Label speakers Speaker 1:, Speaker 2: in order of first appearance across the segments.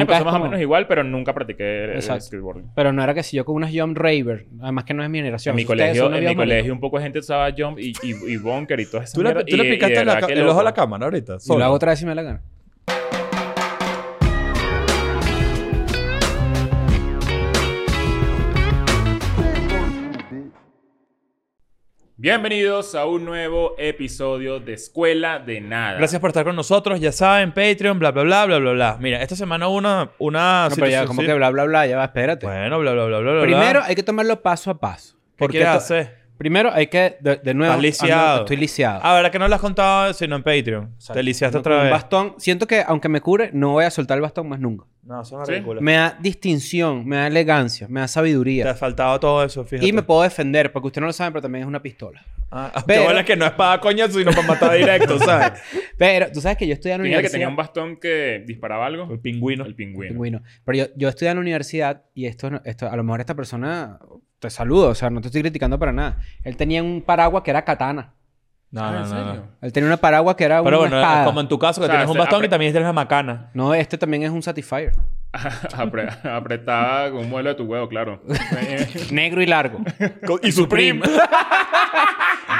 Speaker 1: Me
Speaker 2: Nunca
Speaker 3: pues
Speaker 1: pasó
Speaker 2: es
Speaker 1: Ah, más
Speaker 2: pues
Speaker 1: o
Speaker 2: como-
Speaker 1: menos igual, pero nunca practiqué el- el
Speaker 2: Exacto.
Speaker 1: skateboarding.
Speaker 2: Pero no era que si yo con unas jump raver. Además que no es mi generación.
Speaker 1: En mi
Speaker 2: Ustedes
Speaker 1: colegio,
Speaker 2: son
Speaker 1: en mi
Speaker 2: novios, marico.
Speaker 1: colegio un poco de gente usaba jump y, y, y bunker y todas esas
Speaker 3: ¿Tú le,
Speaker 1: mierdas,
Speaker 3: tú le
Speaker 1: y- y de
Speaker 3: picaste la
Speaker 1: verdad
Speaker 3: ca-
Speaker 1: que
Speaker 3: el
Speaker 1: loco.
Speaker 3: ojo a la cámara ahorita?
Speaker 2: Y
Speaker 3: solo?
Speaker 2: lo hago otra vez si me da la gana.
Speaker 1: Bienvenidos a un nuevo episodio de Escuela de Nada.
Speaker 3: Gracias por estar con nosotros. Ya saben, Patreon, bla, bla, bla, bla, bla, bla. Mira, esta semana una... una
Speaker 2: No, pero ya,
Speaker 3: situación-
Speaker 2: como que bla, bla, bla, ya va, espérate.
Speaker 3: Bueno, bla, bla, bla, bla, bla.
Speaker 2: Primero hay que tomarlo paso a paso.
Speaker 3: ¿qué
Speaker 2: Porque
Speaker 3: quieres
Speaker 2: to-
Speaker 3: hacer?
Speaker 2: Primero hay que, de, de nuevo,
Speaker 3: Estás lisiado.
Speaker 2: ando- estoy lisiado.
Speaker 3: Ah, ¿verdad que no lo has contado sino en Patreon?
Speaker 2: O sea,
Speaker 3: Te lisiaste
Speaker 2: no-
Speaker 3: otra
Speaker 2: un
Speaker 3: vez.
Speaker 2: bastón. Siento que aunque me cure, no voy a soltar el bastón más nunca.
Speaker 3: No, son
Speaker 1: ¿Sí?
Speaker 3: ridículos.
Speaker 2: Me da distinción, me da elegancia, me da
Speaker 3: Te
Speaker 2: sabiduría.
Speaker 3: ha faltado todo eso, fíjate.
Speaker 2: Y me puedo defender, porque ustedes no lo saben, pero también es una pistola.
Speaker 3: Ah, ah,
Speaker 2: Pero-
Speaker 3: Qué bola que no es para coño, sino para matar directo, ¿sabes?
Speaker 2: Pero tú sabes que yo estudié en la
Speaker 1: ¿Quién era el que
Speaker 2: universidad.
Speaker 1: tenía un bastón que disparaba algo?
Speaker 3: El pingüino.
Speaker 1: El pingüino.
Speaker 2: Pingüino. Pero yo, yo estudié en la universidad y esto, no- esto, a lo mejor esta persona te saludo, o sea, no te estoy criticando para nada. Él tenía un paraguas que era katana.
Speaker 3: No,
Speaker 1: Ah,
Speaker 3: no,
Speaker 1: ¿en
Speaker 3: no,
Speaker 1: serio?
Speaker 3: no.
Speaker 2: Él tenía una paraguas que era
Speaker 3: Pero
Speaker 2: una
Speaker 3: bueno,
Speaker 2: espada.
Speaker 3: es como en tu caso,
Speaker 1: O
Speaker 3: que
Speaker 1: sea,
Speaker 3: tienes un
Speaker 1: se
Speaker 3: bastón y
Speaker 1: apre-
Speaker 3: también tienes la macana.
Speaker 2: No, este también es un Satisfyer.
Speaker 1: Apre- apretaba con un modelo de tu huevo, claro.
Speaker 2: Negro y largo.
Speaker 3: Y Supreme.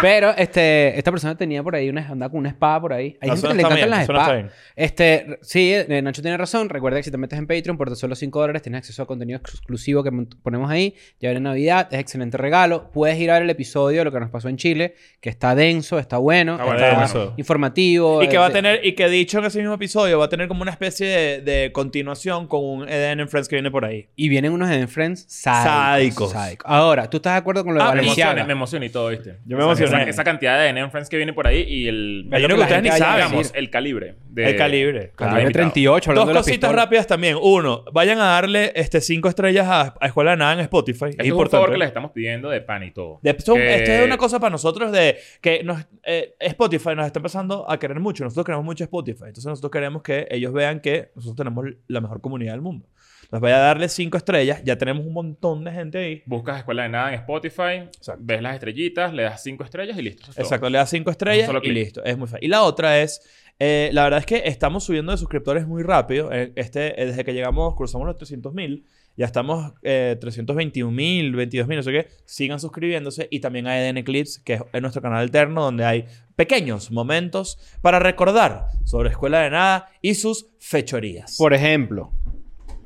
Speaker 2: Pero este, esta persona tenía por ahí una, andaba con una espada por ahí. Hay
Speaker 3: No,
Speaker 2: gente que
Speaker 3: eso no
Speaker 2: le
Speaker 3: está
Speaker 2: encantan
Speaker 3: bien,
Speaker 2: las
Speaker 3: eso no está
Speaker 2: espadas. Este, re- sí, eh, Nacho tiene razón. Recuerda que si te metes en Patreon por tan solo 5 dólares tienes acceso a contenido exclusivo que mont- ponemos ahí. Ya viene Navidad, es excelente regalo. Puedes ir a ver el episodio de lo que nos pasó en Chile, que está denso, está bueno,
Speaker 1: Está bueno,
Speaker 2: está
Speaker 3: está bueno.
Speaker 2: informativo.
Speaker 3: Y que
Speaker 2: eh,
Speaker 3: va a
Speaker 2: de-
Speaker 3: tener, y que dicho en ese mismo episodio, va a tener como una especie de, de continuación con un Eden en Friends que viene por ahí.
Speaker 2: Y vienen unos en Friends sádicos.
Speaker 3: Sádicos.
Speaker 2: sádicos. Ahora, ¿tú estás de acuerdo con lo de
Speaker 1: Ah, me emocioné,
Speaker 2: Valenciaga?
Speaker 1: me emocioné y todo, ¿viste?
Speaker 3: Yo me
Speaker 1: Esa-
Speaker 3: emocioné.
Speaker 1: Esa, esa cantidad de NM Friends que viene por ahí y el...
Speaker 3: Hay uno
Speaker 2: lo
Speaker 3: que
Speaker 2: que
Speaker 3: ustedes ni
Speaker 2: la gente vaya a decir.
Speaker 3: saben.
Speaker 1: Digamos, el calibre. de-
Speaker 3: El calibre.
Speaker 1: Claro.
Speaker 2: Calibre 38, hablando
Speaker 3: Dos
Speaker 2: de la
Speaker 3: cositas
Speaker 2: pistola.
Speaker 3: rápidas también. Uno, vayan a darle este cinco estrellas a, a Escuela de Nada en Spotify.
Speaker 1: Esto
Speaker 3: es
Speaker 1: es un favor que
Speaker 3: importante.
Speaker 1: les estamos pidiendo de pan y todo.
Speaker 3: De- son-
Speaker 1: Que-
Speaker 3: Esto es una cosa para nosotros de que nos, eh, Spotify nos está empezando a querer mucho. Nosotros queremos mucho Spotify. Entonces nosotros queremos que ellos vean que nosotros tenemos la mejor comunidad del mundo. Entonces vaya a darle cinco estrellas. Ya tenemos un montón de gente ahí.
Speaker 1: Buscas Escuela de Nada en Spotify,
Speaker 3: Exacto.
Speaker 1: ves las estrellitas, le das cinco estrellas y listo. eso es todo.
Speaker 3: Exacto, le das cinco estrellas
Speaker 1: Un solo
Speaker 3: y
Speaker 1: clic.
Speaker 3: listo. Es muy fácil. Y la otra es, eh, la verdad es que estamos subiendo de suscriptores muy rápido. Eh, Este, eh, desde que llegamos, cruzamos los 300 mil. Ya estamos eh, 321 mil, 22 mil, no sé qué. Sigan suscribiéndose. Y también a Eden Eclipse, que es en nuestro canal alterno, donde hay pequeños momentos para recordar sobre Escuela de Nada y sus fechorías.
Speaker 2: Por ejemplo,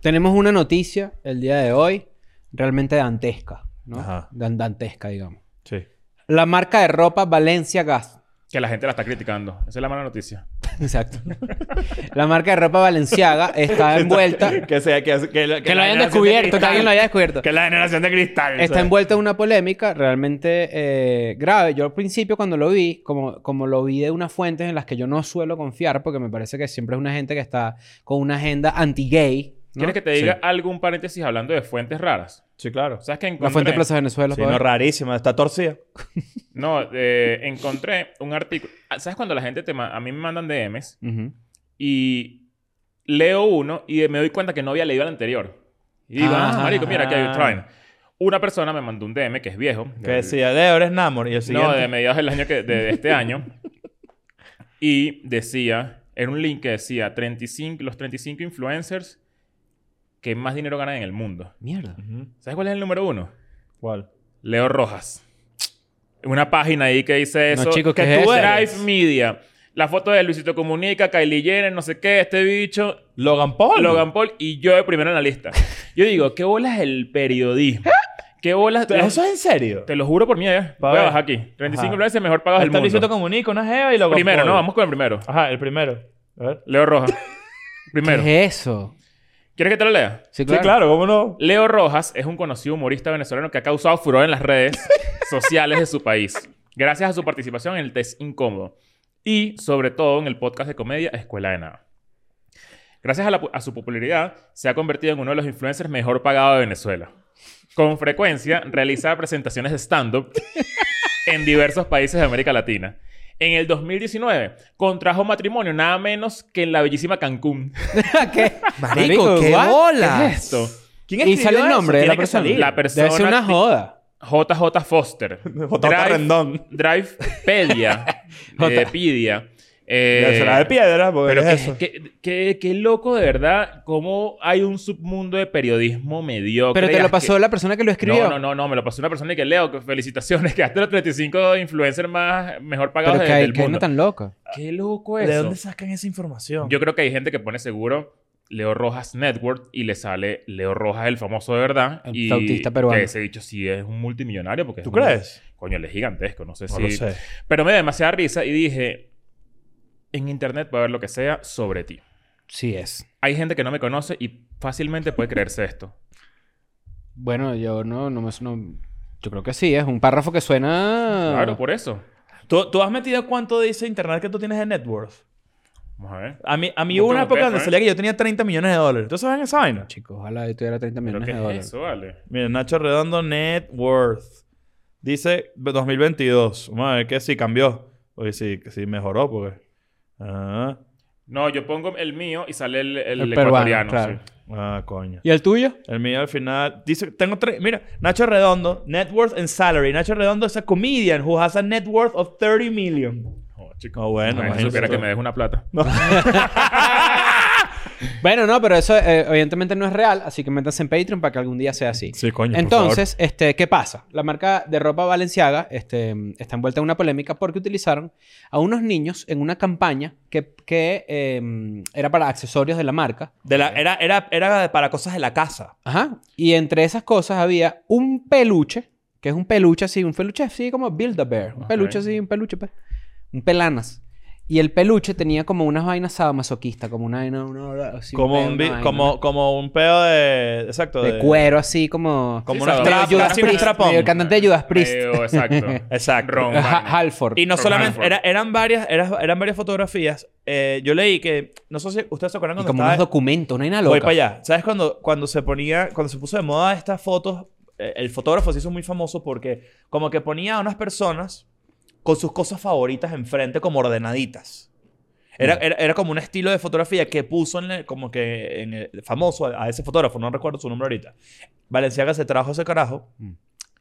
Speaker 2: tenemos una noticia el día de hoy realmente dantesca, ¿no?
Speaker 3: Ajá.
Speaker 2: Dan- dantesca, digamos.
Speaker 3: Sí.
Speaker 2: La marca de ropa Valencia Gas.
Speaker 1: Que la gente la está criticando. Esa es la mala noticia.
Speaker 2: Exacto. La marca de ropa Valenciaga está envuelta.
Speaker 3: Que, sea, que, que,
Speaker 2: que lo hayan descubierto, que alguien lo haya descubierto.
Speaker 3: la generación de cristal.
Speaker 2: Está envuelta en una polémica realmente eh, grave. Yo al principio cuando lo vi, como, como lo vi de unas fuentes en las que yo no suelo confiar, porque me parece que siempre es una gente que está con una agenda anti-gay. ¿no?
Speaker 1: ¿Quieres que te diga algún paréntesis hablando de fuentes raras?
Speaker 3: Sí, claro.
Speaker 1: ¿Sabes qué encontré?
Speaker 2: La fuente de Plaza Venezuela.
Speaker 3: Sí,
Speaker 2: por
Speaker 3: no,
Speaker 2: favor.
Speaker 3: rarísima. Está torcida.
Speaker 1: No, eh, encontré un artículo. Ah, ¿Sabes cuando la gente te ma- A mí me mandan DMs
Speaker 2: Ujú.
Speaker 1: y leo uno y me doy cuenta que no había leído el anterior. Y digo, ah,
Speaker 2: Ah.
Speaker 1: marico, mira, aquí hay otra vaina. Una persona me mandó un DM que es viejo.
Speaker 3: Que decía, Leo, eres Namor. Y el siguiente.
Speaker 1: No, de mediados del año que, de, de este año. Y decía, era un link que decía 35, los 35 influencers que más dinero ganan en el mundo.
Speaker 2: Mierda.
Speaker 3: Ujú.
Speaker 1: ¿Sabes cuál es el número uno?
Speaker 3: ¿Cuál?
Speaker 1: Leo Rojas. Una página ahí que dice
Speaker 2: No,
Speaker 1: eso.
Speaker 2: chicos,
Speaker 1: que
Speaker 2: ¿qué es
Speaker 1: tú
Speaker 2: eso?
Speaker 1: Drive Media. La foto de Luisito Comunica, Kylie Jenner, no sé qué, este bicho,
Speaker 3: Logan Paul.
Speaker 1: Logan Paul y yo de primero en la lista. Yo digo, ¿qué bolas el periodismo? ¿Qué bolas?
Speaker 3: Pero ¿Eso es en serio?
Speaker 1: Te lo juro por mí, ya.
Speaker 3: Pa'
Speaker 1: Voy a
Speaker 3: ver.
Speaker 1: bajar aquí. 35
Speaker 3: Ajá.
Speaker 1: veces mejor pagados del
Speaker 3: Está
Speaker 1: mundo.
Speaker 3: Luisito Comunica, una jeva y Logan
Speaker 1: Primero,
Speaker 3: Paul.
Speaker 1: no, vamos con el primero.
Speaker 3: Ajá, el primero. A ver.
Speaker 1: Leo Rojas. primero.
Speaker 2: ¿Qué es eso?
Speaker 1: ¿Quieres que te lo lea?
Speaker 2: Sí, claro.
Speaker 3: Sí, claro, ¿cómo no?
Speaker 1: Leo Rojas es un conocido humorista venezolano que ha causado furor en las redes sociales de su país, gracias a su participación en el test incómodo y, sobre todo, en el podcast de comedia Escuela de Nada. Gracias a, la pu- a su popularidad, se ha convertido en uno de los influencers mejor pagados de Venezuela. Con frecuencia realiza presentaciones de stand-up en diversos países de América Latina. En el 2019 contrajo matrimonio nada menos que en la bellísima Cancún.
Speaker 2: ¿Qué? what?
Speaker 3: bola!
Speaker 2: ¿Qué es esto?
Speaker 3: ¿Quién
Speaker 2: Y sale el nombre de la persona.
Speaker 1: La persona
Speaker 2: Debe ser una
Speaker 1: ti-
Speaker 2: joda.
Speaker 1: JJ Foster. eh,
Speaker 3: J.J. Rendón.
Speaker 1: Drivepedia.
Speaker 2: J.
Speaker 1: Wikipedia. Eh,
Speaker 3: Ya será de piedra, porque
Speaker 1: Pero
Speaker 3: es
Speaker 1: qué,
Speaker 3: eso.
Speaker 1: qué- qué- qué loco de verdad cómo hay un submundo de periodismo mediocre.
Speaker 2: Pero
Speaker 1: y
Speaker 2: te
Speaker 1: asque-
Speaker 2: lo pasó la persona que lo escribió.
Speaker 1: No, no, no, no, me lo pasó una persona y que leo, que felicitaciones, quedaste los 35 influencers más mejor pagados
Speaker 2: Pero
Speaker 1: de-
Speaker 2: que hay,
Speaker 1: del
Speaker 2: que hay no
Speaker 1: mundo.
Speaker 2: tan loco.
Speaker 1: Qué loco eso.
Speaker 3: ¿De dónde sacan esa información?
Speaker 1: Yo creo que hay gente que pone seguro Leo Rojas Network y le sale Leo Rojas, el famoso de verdad.
Speaker 2: El
Speaker 1: y
Speaker 2: flautista peruano.
Speaker 1: Que ese dicho sí es un multimillonario. Porque es
Speaker 3: ¿Tú
Speaker 1: un-
Speaker 3: crees?
Speaker 1: Coño, él es gigantesco, no sé
Speaker 3: No
Speaker 1: si.
Speaker 3: lo sé.
Speaker 1: Pero me dio demasiada risa y dije: En internet va a haber lo que sea sobre ti.
Speaker 2: Sí es.
Speaker 1: Hay gente que no me conoce y fácilmente puede creerse esto.
Speaker 2: Bueno, yo no, no me... no- yo creo que sí, es un párrafo que suena...
Speaker 1: Claro, pues. por eso.
Speaker 3: ¿Tú, tú has metido cuánto dice internet que tú tienes de net worth?
Speaker 1: Vamos a ver.
Speaker 3: A mí, a mí
Speaker 1: No
Speaker 3: hubo una
Speaker 1: tengo
Speaker 3: época
Speaker 1: peso,
Speaker 3: donde
Speaker 1: ¿eh?
Speaker 3: salía que yo tenía 30 millones de dólares. ¿Tú sabes esa vaina?
Speaker 2: Chicos, ojalá yo tuviera 30
Speaker 1: ¿Pero
Speaker 2: millones
Speaker 1: qué
Speaker 2: de
Speaker 1: es
Speaker 2: dólares.
Speaker 1: eso, vale?
Speaker 3: Mira, Nacho Redondo, net worth. Dice pues, 2022. Vamos a ver que sí cambió. Oye, sí, que sí mejoró porque... Ah,
Speaker 1: No, yo pongo el mío y sale el, el
Speaker 2: El peruano,
Speaker 1: ecuatoriano.
Speaker 2: claro.
Speaker 1: sí.
Speaker 3: ah, coño.
Speaker 2: ¿Y el tuyo?
Speaker 3: El mío al final dice, tengo tres, mira, Nacho Redondo, net worth and salary. Nacho Redondo es a comedian who has a net worth of 30 million.
Speaker 1: Oh, chico.
Speaker 3: Oh, bueno,
Speaker 1: Ay, si
Speaker 3: imagínate
Speaker 1: supiera
Speaker 3: tú.
Speaker 1: que me deje una plata.
Speaker 2: Bueno, no, pero eso eh, evidentemente no es real, así que métanse en Patreon para que algún día sea así.
Speaker 3: Sí, coño. por
Speaker 2: Entonces, este, ¿qué pasa? La marca de ropa Balenciaga este, está envuelta en una polémica porque utilizaron a unos niños en una campaña que, que, eh, era para accesorios de la marca.
Speaker 3: favor. De la, era, era, era para cosas de la casa.
Speaker 2: Ajá. Y entre esas cosas había un peluche, que es un peluche así, un peluche así como Build-A-Bear. Un
Speaker 1: Ok.
Speaker 2: peluche así, un peluche, pues. Un pelanas. Y el peluche tenía como unas vainas sadomasoquistas, como una vaina, una- así,
Speaker 3: como,
Speaker 2: pedo,
Speaker 3: un,
Speaker 2: una
Speaker 3: vi-
Speaker 2: vaina,
Speaker 3: como, como un pedo de... Exacto.
Speaker 2: de cuero así como...
Speaker 3: Como
Speaker 1: Sí,
Speaker 3: una
Speaker 1: sabe.
Speaker 2: Medio
Speaker 3: trap,
Speaker 2: Judas
Speaker 3: casi un
Speaker 2: Priest,
Speaker 3: strapón.
Speaker 2: medio can- Cantante de Judas Priest.
Speaker 1: Medio, exacto.
Speaker 3: Exacto.
Speaker 1: Ron.
Speaker 2: Ha- Halford.
Speaker 3: Y no
Speaker 1: From
Speaker 3: solamente...
Speaker 1: Hanford.
Speaker 3: era- eran, varias, era- eran varias fotografías. Eh, yo leí que... No sé si ustedes se acuerdan
Speaker 2: Y
Speaker 3: cuando
Speaker 2: como unos
Speaker 3: estaba...
Speaker 2: documentos, una vaina loca.
Speaker 3: Voy para allá. ¿Sabes cuando, cuando se ponía... Cuando se puso de moda estas fotos, eh, el fotógrafo se hizo muy famoso porque como que ponía a unas personas con sus cosas favoritas enfrente como ordenaditas. Era, era, era como un estilo de fotografía que puso en el- como que en el- famoso a, a ese fotógrafo, no recuerdo su nombre ahorita. Valenciaga se trajo ese carajo
Speaker 2: Mm.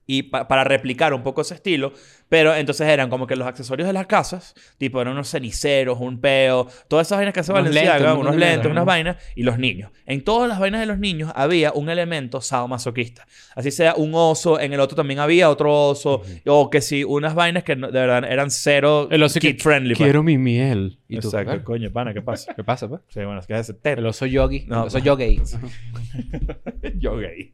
Speaker 3: y pa- para replicar un poco ese estilo, pero entonces eran como que los accesorios de las casas, tipo eran unos ceniceros, un peo, todas esas vainas que hace
Speaker 2: Unos
Speaker 3: Valenciaga,
Speaker 2: lentes, un montón
Speaker 3: unos
Speaker 2: de
Speaker 3: lentes,
Speaker 2: mierda,
Speaker 3: unas
Speaker 2: ¿no?
Speaker 3: vainas y los niños. En todas las vainas de los niños había un elemento sadomasoquista. Así sea un oso, en el otro también había otro oso, o que sí, unas vainas que no- de verdad eran cero
Speaker 2: El oso que-
Speaker 3: kid friendly. pues.
Speaker 2: mi miel. ¿Y tú?
Speaker 3: Exacto,
Speaker 2: ¿verdad?
Speaker 3: coño, pana, ¿qué pasa?
Speaker 2: ¿Qué pasa, pues?
Speaker 3: Sí, bueno, es que es
Speaker 2: El
Speaker 3: terno.
Speaker 2: oso yogi.
Speaker 3: No.
Speaker 2: El oso yogi.
Speaker 3: Yo gay.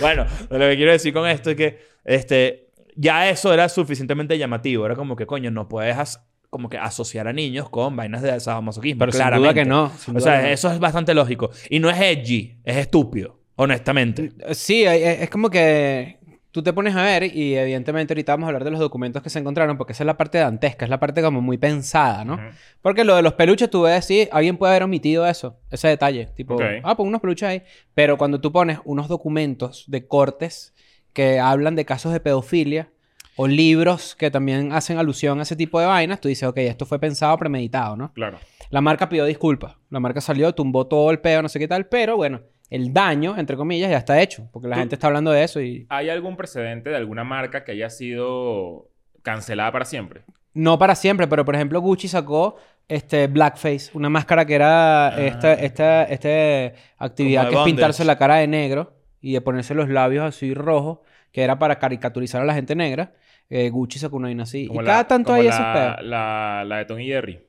Speaker 3: bueno, lo que quiero decir con esto es que este, ya eso era suficientemente llamativo. Era como que, coño, no puedes as- como que asociar a niños con vainas de sadomasoquismo.
Speaker 2: Pero sin
Speaker 3: claramente.
Speaker 2: duda que no. sin
Speaker 3: O
Speaker 2: duda
Speaker 3: sea,
Speaker 2: que no.
Speaker 3: eso es bastante lógico. Y no es edgy, es estúpido, honestamente.
Speaker 2: Sí, hay- es es como que tú te pones a ver y evidentemente ahorita vamos a hablar de los documentos que se encontraron porque esa es la parte dantesca, es la parte como muy pensada, ¿no?
Speaker 1: Ujú.
Speaker 2: Porque lo de los peluches, tú ves, sí, alguien puede haber omitido eso, ese detalle. Tipo,
Speaker 1: Ok.
Speaker 2: ah, pon unos peluches ahí. Pero cuando tú pones unos documentos de cortes que hablan de casos de pedofilia o libros que también hacen alusión a ese tipo de vainas, tú dices, ok, esto fue pensado, premeditado, ¿no?
Speaker 1: Claro.
Speaker 2: La marca pidió disculpas. La marca salió, tumbó todo el pedo, no sé qué tal, pero bueno, el daño, entre comillas, ya está hecho. Porque la
Speaker 1: Tú-
Speaker 2: gente está hablando de eso y.
Speaker 1: ¿Hay algún precedente de alguna marca que haya sido cancelada para siempre?
Speaker 2: No para siempre, pero por ejemplo, Gucci sacó este blackface, una máscara que era
Speaker 1: Ah.
Speaker 2: esta, esta, esta actividad
Speaker 3: Como de
Speaker 2: que es pintarse
Speaker 3: bondage.
Speaker 2: la cara de negro y de ponerse los labios así rojos, que era para caricaturizar a la gente negra. Eh, Gucci sacó una vaina así.
Speaker 1: Como
Speaker 2: y
Speaker 1: la-
Speaker 2: cada tanto
Speaker 1: como
Speaker 2: hay
Speaker 1: la,
Speaker 2: esos pedos.
Speaker 1: La, la de Tom y Jerry.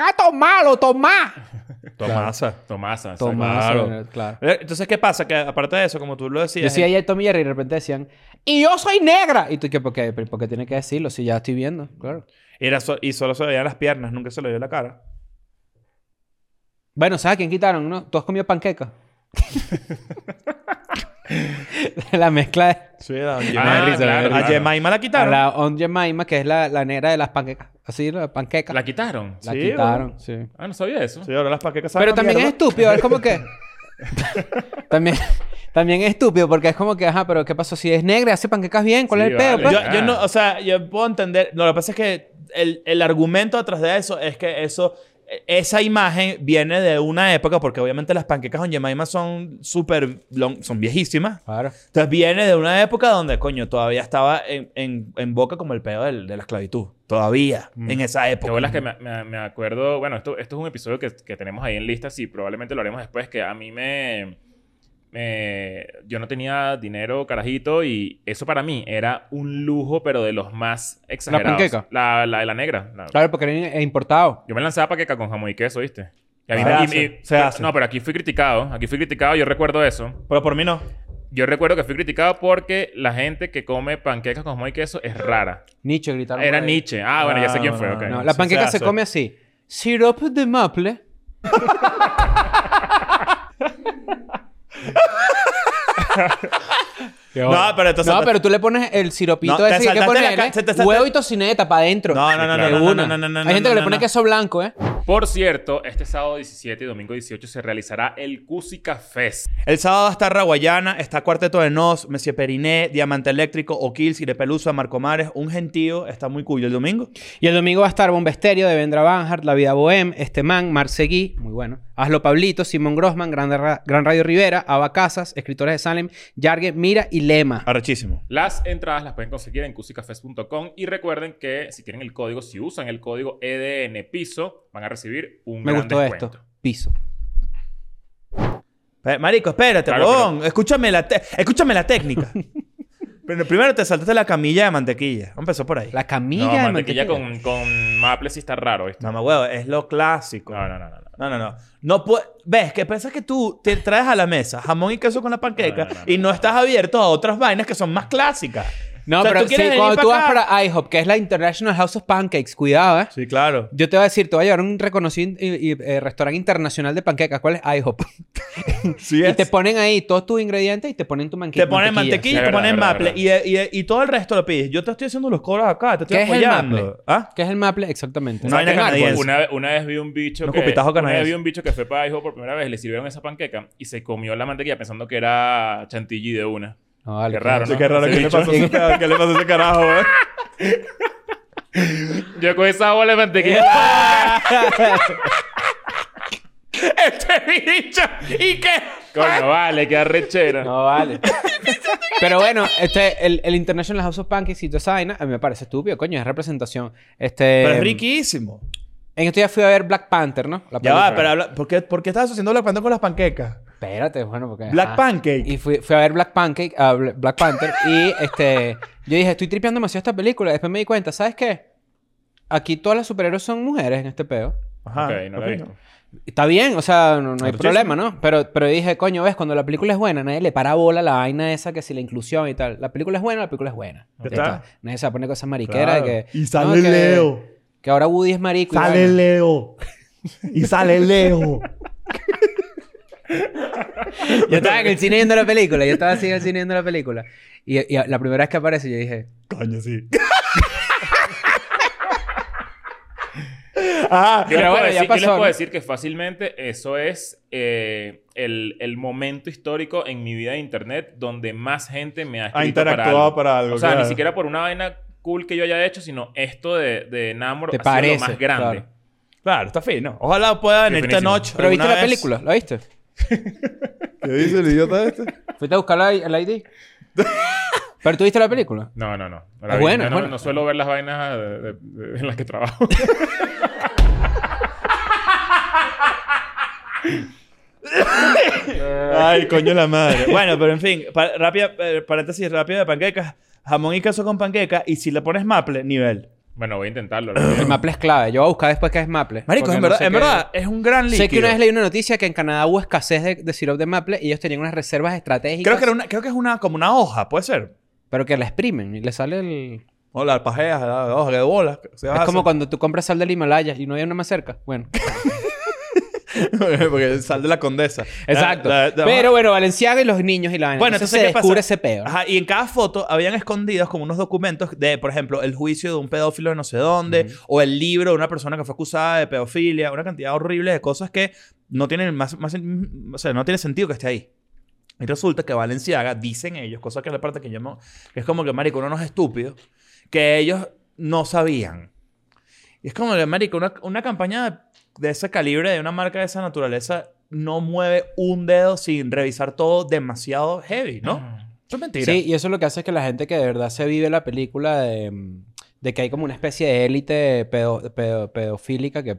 Speaker 2: ¡Ah, tomalo, tomá!
Speaker 3: Tomasa.
Speaker 1: Tomasa. exacto.
Speaker 2: Tomá,
Speaker 3: claro.
Speaker 2: claro. claro.
Speaker 3: Eh, Entonces, ¿qué pasa? Que aparte de eso, como tú lo decías...
Speaker 2: Yo sí ayer Tommy Jerry y de repente decían, ¡Y yo soy negra! Y tú, ¿qué? ¿Por qué? ¿Pero ¿Por qué tiene que decirlo? Si ya estoy viendo, claro.
Speaker 3: era so- y solo se le veían las piernas, nunca se le vio la cara.
Speaker 2: Bueno, ¿sabes quién quitaron? ¿No? ¿Tú has comido panqueca? la mezcla de...
Speaker 3: Sí, a
Speaker 1: Ah,
Speaker 3: Jemima.
Speaker 1: claro,
Speaker 3: a
Speaker 1: claro.
Speaker 3: Jemima la
Speaker 2: a
Speaker 3: quitaron.
Speaker 2: La On Jemima, que es la, la negra de las panquecas. Así, la panqueca.
Speaker 1: ¿La
Speaker 2: La,
Speaker 1: quitaron?
Speaker 3: Sí,
Speaker 2: quitaron,
Speaker 3: bueno.
Speaker 2: sí.
Speaker 1: Ah, no sabía eso.
Speaker 3: Sí, ahora las paquetas saben
Speaker 2: Pero
Speaker 3: a
Speaker 2: también
Speaker 3: mierda.
Speaker 2: es estúpido, es como que... también, también es estúpido porque es como que, ajá, pero ¿qué pasó? Si es negra, hace panquecas bien, ¿cuál es
Speaker 1: Sí,
Speaker 2: el pedo?
Speaker 1: vale.
Speaker 2: pues?
Speaker 3: Yo,
Speaker 1: Ah.
Speaker 3: yo no, o sea, yo puedo entender. no, Lo que pasa es que el, el argumento atrás de eso es que eso eh, esa imagen viene de una época, porque obviamente las panquecas con Jemima son súper, long- son viejísimas.
Speaker 2: Claro.
Speaker 3: Entonces viene de una época donde, coño, todavía estaba en, en- en boca como el pedo del- de la esclavitud. Todavía, en esa
Speaker 1: Que
Speaker 3: época.
Speaker 1: bolas que me, me- me acuerdo, bueno, esto, esto es un episodio que, que tenemos ahí en lista, sí, probablemente lo haremos después, que a mí me, me- Yo no tenía dinero, carajito, y eso para mí era un lujo, pero de los más exagerados.
Speaker 2: panqueca?
Speaker 1: La, la de la negra. la-
Speaker 3: Ah.
Speaker 2: Claro, porque era eh, importado.
Speaker 1: Yo me lanzaba paqueca con jamón y queso, ¿viste? Y a mí
Speaker 3: Se
Speaker 1: me- y-
Speaker 3: hace,
Speaker 1: y-
Speaker 3: se
Speaker 1: pero-
Speaker 3: hace.
Speaker 1: No, pero aquí fui criticado, aquí fui criticado, yo recuerdo eso.
Speaker 3: Pero por mí no.
Speaker 1: Yo recuerdo que fui criticado porque la gente que come panquecas con jamón y queso es rara.
Speaker 2: Nietzsche gritaron. por
Speaker 1: Era
Speaker 2: ahí.
Speaker 1: Nietzsche. Ah, bueno, ya sé quién fue, ok.
Speaker 2: No, la
Speaker 3: Sí,
Speaker 2: panqueca
Speaker 3: se
Speaker 2: se,
Speaker 3: hace.
Speaker 2: come así. Sirope de maple.
Speaker 3: No, pero entonces...
Speaker 2: no, pero tú le pones el siropito
Speaker 3: No, te
Speaker 2: ese que hay que
Speaker 3: saltaste la
Speaker 2: ponerle,
Speaker 3: ca- te- te- te-
Speaker 2: huevo y tocineta para adentro.
Speaker 3: No, no, no,
Speaker 2: De
Speaker 3: no, no,
Speaker 2: una.
Speaker 3: no, no, no, no,
Speaker 2: Hay gente que
Speaker 3: no,
Speaker 2: le pone
Speaker 3: no.
Speaker 2: queso blanco, ¿eh?
Speaker 1: Por cierto, este sábado 17 y domingo 18 se realizará el Cusica Fest.
Speaker 3: El sábado está Raguayana, está Cuarteto de Nos, Monsieur Periné, Diamante Eléctrico, O'Kills, Pelusa, Marco Mares, un gentío, está muy cool. ¿Y el domingo?
Speaker 2: Y el domingo va a estar Bombesterio, Devendra Banhart, La Vida Bohem, Este Estemán, Marseguí, muy bueno, Hazlo Pablito, Simón Grossman, Gran, Ra- Gran Radio Rivera, Aba Casas, Escritores de Salem, Yargue, Mira y Lema.
Speaker 3: Arrechísimo.
Speaker 1: Las entradas las pueden conseguir en cusicafest.com y recuerden que si tienen el código, si usan el código EDN piso, van a recibir un
Speaker 2: Me
Speaker 1: gran
Speaker 2: gustó
Speaker 1: descuento.
Speaker 2: esto. Piso.
Speaker 3: Pe- Marico, espérate,
Speaker 1: Claro,
Speaker 3: huevón. Escúchame, la te- escúchame la técnica. pero primero te saltaste la camilla de mantequilla. Empezó por ahí.
Speaker 2: La camilla
Speaker 1: No,
Speaker 2: de
Speaker 1: mantequilla
Speaker 2: mantequilla.
Speaker 1: con, con maple sí está raro, ¿viste?
Speaker 3: Mamá, huevo, es lo clásico.
Speaker 1: No, no, no, no. no.
Speaker 3: No, no, no. No pue- ¿Ves? Que piensas que tú te traes a la mesa jamón y queso con la
Speaker 1: No,
Speaker 3: panqueca
Speaker 1: no, no,
Speaker 3: y
Speaker 1: no,
Speaker 3: no estás abierto a otras vainas que son más clásicas.
Speaker 2: No,
Speaker 3: O sea,
Speaker 2: pero
Speaker 3: tú quieres
Speaker 2: sí,
Speaker 3: venir
Speaker 2: cuando
Speaker 3: pa'
Speaker 2: tú
Speaker 3: acá.
Speaker 2: vas para IHOP, que es la International House of Pancakes, cuidado, ¿eh?
Speaker 3: Sí, claro.
Speaker 2: Yo te voy a decir, te voy a llevar a un reconocido y- y, eh, restaurante internacional de panquecas. ¿Cuál es IHOP?
Speaker 3: Sí
Speaker 2: y
Speaker 3: es.
Speaker 2: te ponen ahí todos tus ingredientes y te ponen tu manque-
Speaker 3: Te ponen mantequilla,
Speaker 1: sí,
Speaker 3: te
Speaker 1: es
Speaker 3: ponen
Speaker 1: verdad,
Speaker 3: maple
Speaker 1: verdad,
Speaker 3: y, y- y todo el resto lo pides. Yo te estoy haciendo los cobros acá, te estoy
Speaker 2: ¿Qué es el
Speaker 3: apoyando.
Speaker 2: maple?
Speaker 3: ¿Ah?
Speaker 2: ¿Qué es el maple? Exactamente.
Speaker 3: Una vaina
Speaker 2: ¿Qué es árbol?
Speaker 3: canadiense.
Speaker 1: Una, vez- una vez vi un bicho
Speaker 3: Unos
Speaker 1: que
Speaker 3: cupitajos
Speaker 1: una vez
Speaker 3: canadienses.
Speaker 1: vi un bicho que fue para hijo por primera vez, le sirvieron esa panqueca y se comió la mantequilla pensando que era chantilly de una.
Speaker 2: No, vale, pues.
Speaker 1: Qué raro,
Speaker 2: claro.
Speaker 1: Sí, qué raro,
Speaker 3: que
Speaker 1: ¿qué le pasó a
Speaker 3: ese, carajo, eh?
Speaker 1: Yo con esa bola de mantequilla.
Speaker 3: este bicho. ¿Y qué?
Speaker 1: Coño, vale, qué arrechera.
Speaker 2: No vale. Pero bueno, este, el, el International House of Pancakes y toda esa vaina, a mí me parece estúpido, coño, es representación. Este,
Speaker 3: Pero es riquísimo.
Speaker 2: En esto ya fui a ver Black Panther, ¿no? La
Speaker 3: Ya va,
Speaker 2: película.
Speaker 3: pero habla- ¿por, qué, ¿por qué estás asociando Black Panther con las panquecas?
Speaker 2: Espérate, bueno, porque. ah.
Speaker 3: Black Pancake.
Speaker 2: Y fui, fui a ver Black Pancake, a Bla- Black Panther, y este. Yo dije, estoy tripeando demasiado esta película. Después me di cuenta, ¿sabes qué? Aquí todas las superhéroes son mujeres en este pedo.
Speaker 3: Ajá.
Speaker 1: Ok, no la he
Speaker 3: ok.
Speaker 1: visto.
Speaker 2: Está bien, o sea, no, no hay
Speaker 3: Arrechísimo.
Speaker 2: problema, ¿no? Pero, pero dije, coño, ves, cuando la película es buena, nadie le para bola la vaina esa que si la inclusión y tal. La película es buena, la película es buena.
Speaker 3: Ya
Speaker 2: Ya
Speaker 3: está.
Speaker 2: Nadie se va a poner cosas mariqueras
Speaker 3: Claro.
Speaker 2: de que.
Speaker 4: Y sale
Speaker 2: no, que-
Speaker 4: Leo.
Speaker 2: Que ahora Woody es marico. y
Speaker 4: Sale
Speaker 2: vaina.
Speaker 4: Leo. Y sale Leo.
Speaker 2: Yo estaba en el cine viendo la película. Yo estaba así en el cine viendo la película. Y, y la primera vez que aparece, yo dije,
Speaker 4: Coño, sí.
Speaker 3: Ah,
Speaker 1: Yo,
Speaker 2: Pero
Speaker 1: les, puedo
Speaker 2: bueno, ya
Speaker 1: decir, yo les
Speaker 2: pasó,
Speaker 1: puedo
Speaker 2: ¿no?
Speaker 1: decir que fácilmente eso es eh, el, el momento histórico en mi vida de internet donde más gente me ha escrito
Speaker 3: interactuado para algo,
Speaker 1: O sea,
Speaker 3: claro.
Speaker 1: ni siquiera por una vaina cool que yo haya hecho, sino esto de, de Namor
Speaker 2: ¿Te
Speaker 1: ha sido
Speaker 2: parece?
Speaker 1: lo más grande.
Speaker 2: Claro.
Speaker 3: claro, está fino. Ojalá pueda venir esta
Speaker 1: finísimo.
Speaker 3: noche.
Speaker 2: ¿pero viste
Speaker 3: alguna
Speaker 2: la
Speaker 3: vez.
Speaker 2: película? ¿La viste?
Speaker 4: ¿Qué dice el idiota este?
Speaker 2: ¿Fuiste a buscar la, el ID? ¿Pero tú viste la película?
Speaker 1: No, no, no. No,
Speaker 2: Es
Speaker 1: vi.
Speaker 2: buena,
Speaker 1: Yo
Speaker 2: es
Speaker 1: no,
Speaker 2: buena.
Speaker 1: no suelo ver las vainas de- de- de- en las que trabajo.
Speaker 3: Ay, coño la madre. bueno, pero en fin, pa- rápida, eh, paréntesis rápido de panquecas. Jamón y queso con panqueca. Y si le pones maple, nivel.
Speaker 1: bueno, voy a intentarlo.
Speaker 2: El Maple es clave. Yo voy a buscar después qué es Maple.
Speaker 3: Marico,
Speaker 2: porque
Speaker 3: en
Speaker 2: no
Speaker 3: verdad,
Speaker 2: sé
Speaker 3: en
Speaker 2: qué-
Speaker 3: verdad, es un gran líquido.
Speaker 2: Sé que una vez leí una noticia que en Canadá hubo escasez de, de sirope de maple y ellos tenían unas reservas estratégicas.
Speaker 3: creo, que era una- creo que es una, como una hoja, puede ser.
Speaker 2: Pero que la exprimen y le sale el...
Speaker 3: O las pajeas, la hoja de bolas.
Speaker 2: es como cuando tú compras sal del Himalaya y no hay una más cerca. Bueno.
Speaker 3: Porque sal de la condesa.
Speaker 2: Exacto.
Speaker 3: La- la- la-
Speaker 2: Pero bueno, Valenciaga y los niños y la vaina.
Speaker 3: Bueno, entonces,
Speaker 2: se
Speaker 3: ¿qué pasa?
Speaker 2: descubre ese peo. ¿no?
Speaker 3: Ajá, y en cada foto habían escondidos como unos documentos de, por ejemplo, el juicio de un pedófilo de no sé dónde, o el libro de una persona que fue acusada de pedofilia, una cantidad horrible de cosas que no tienen más, más- o sea, no tiene sentido que esté ahí. Y resulta que Valenciaga, dicen ellos, cosa que es la parte que yo no- que es como que, marico, uno no es estúpido, que ellos no sabían. Y es como que, marico, una, una campaña de ese calibre, de una marca de esa naturaleza, no mueve un dedo sin revisar todo demasiado heavy, ¿no? Eso es mentira.
Speaker 2: Sí, y eso lo que hace es que la gente que de verdad se vive la película de, mm, de que hay como una especie de élite pedo- pedo- pedofílica que eh,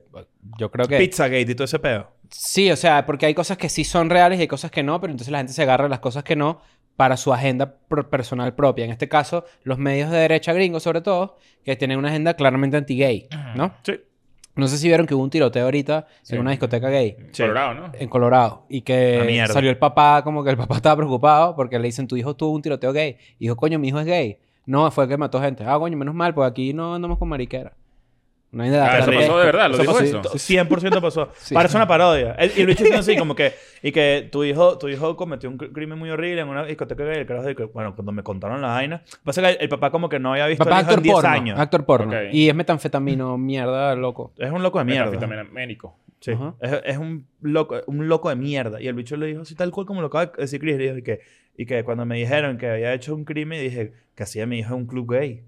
Speaker 2: yo creo que...
Speaker 3: Pizzagate y todo ese pedo.
Speaker 2: Sí, o sea, porque hay cosas que sí son reales y hay cosas que no, pero entonces la gente se agarra a las cosas que no para su agenda pro- personal propia. En este caso, los medios de derecha gringos, sobre todo, que tienen una agenda claramente anti-gay, ¿no?
Speaker 3: Sí.
Speaker 2: No sé si vieron que hubo un tiroteo ahorita
Speaker 1: Sí.
Speaker 2: en una discoteca gay
Speaker 3: Sí.
Speaker 1: Colorado, ¿no?
Speaker 2: en Colorado y
Speaker 3: Ah,
Speaker 2: que
Speaker 3: mierda.
Speaker 2: salió el papá, como que el papá estaba preocupado porque le dicen, tu hijo tuvo un tiroteo gay. Y dijo, coño, mi hijo es gay. No, fue el que mató gente. Ah, coño, menos mal, porque aquí no andamos con mariquera. No hay nada.
Speaker 1: Ah, eso
Speaker 3: Sí.
Speaker 1: pasó de verdad, lo
Speaker 3: Eso
Speaker 1: dijo
Speaker 3: pasó,
Speaker 1: eso.
Speaker 3: to- 100% pasó.
Speaker 2: Sí.
Speaker 3: Parece una parodia. El- y el bicho diciendo así, como que... Y que tu hijo, tu hijo cometió un cr- crimen muy horrible en una discoteca gay. El carajo de que, bueno, cuando me contaron la vaina... Pasa que el, el papá como que no había visto
Speaker 2: Papá Ah.
Speaker 3: al hijo en
Speaker 2: actor
Speaker 3: 10
Speaker 2: porno,
Speaker 3: años.
Speaker 2: actor porno.
Speaker 1: Ok.
Speaker 2: Y es metanfetamino, mierda, loco.
Speaker 3: Es un loco de mierda.
Speaker 1: Médico.
Speaker 3: Sí.
Speaker 2: Ajá.
Speaker 3: Es, es un, loco, un loco de mierda. Y el bicho le dijo así tal cual como lo acaba de decir Chris. Le dijo, y, que, y que cuando me dijeron que había hecho un crimen, dije que hacía mi hijo en un club gay.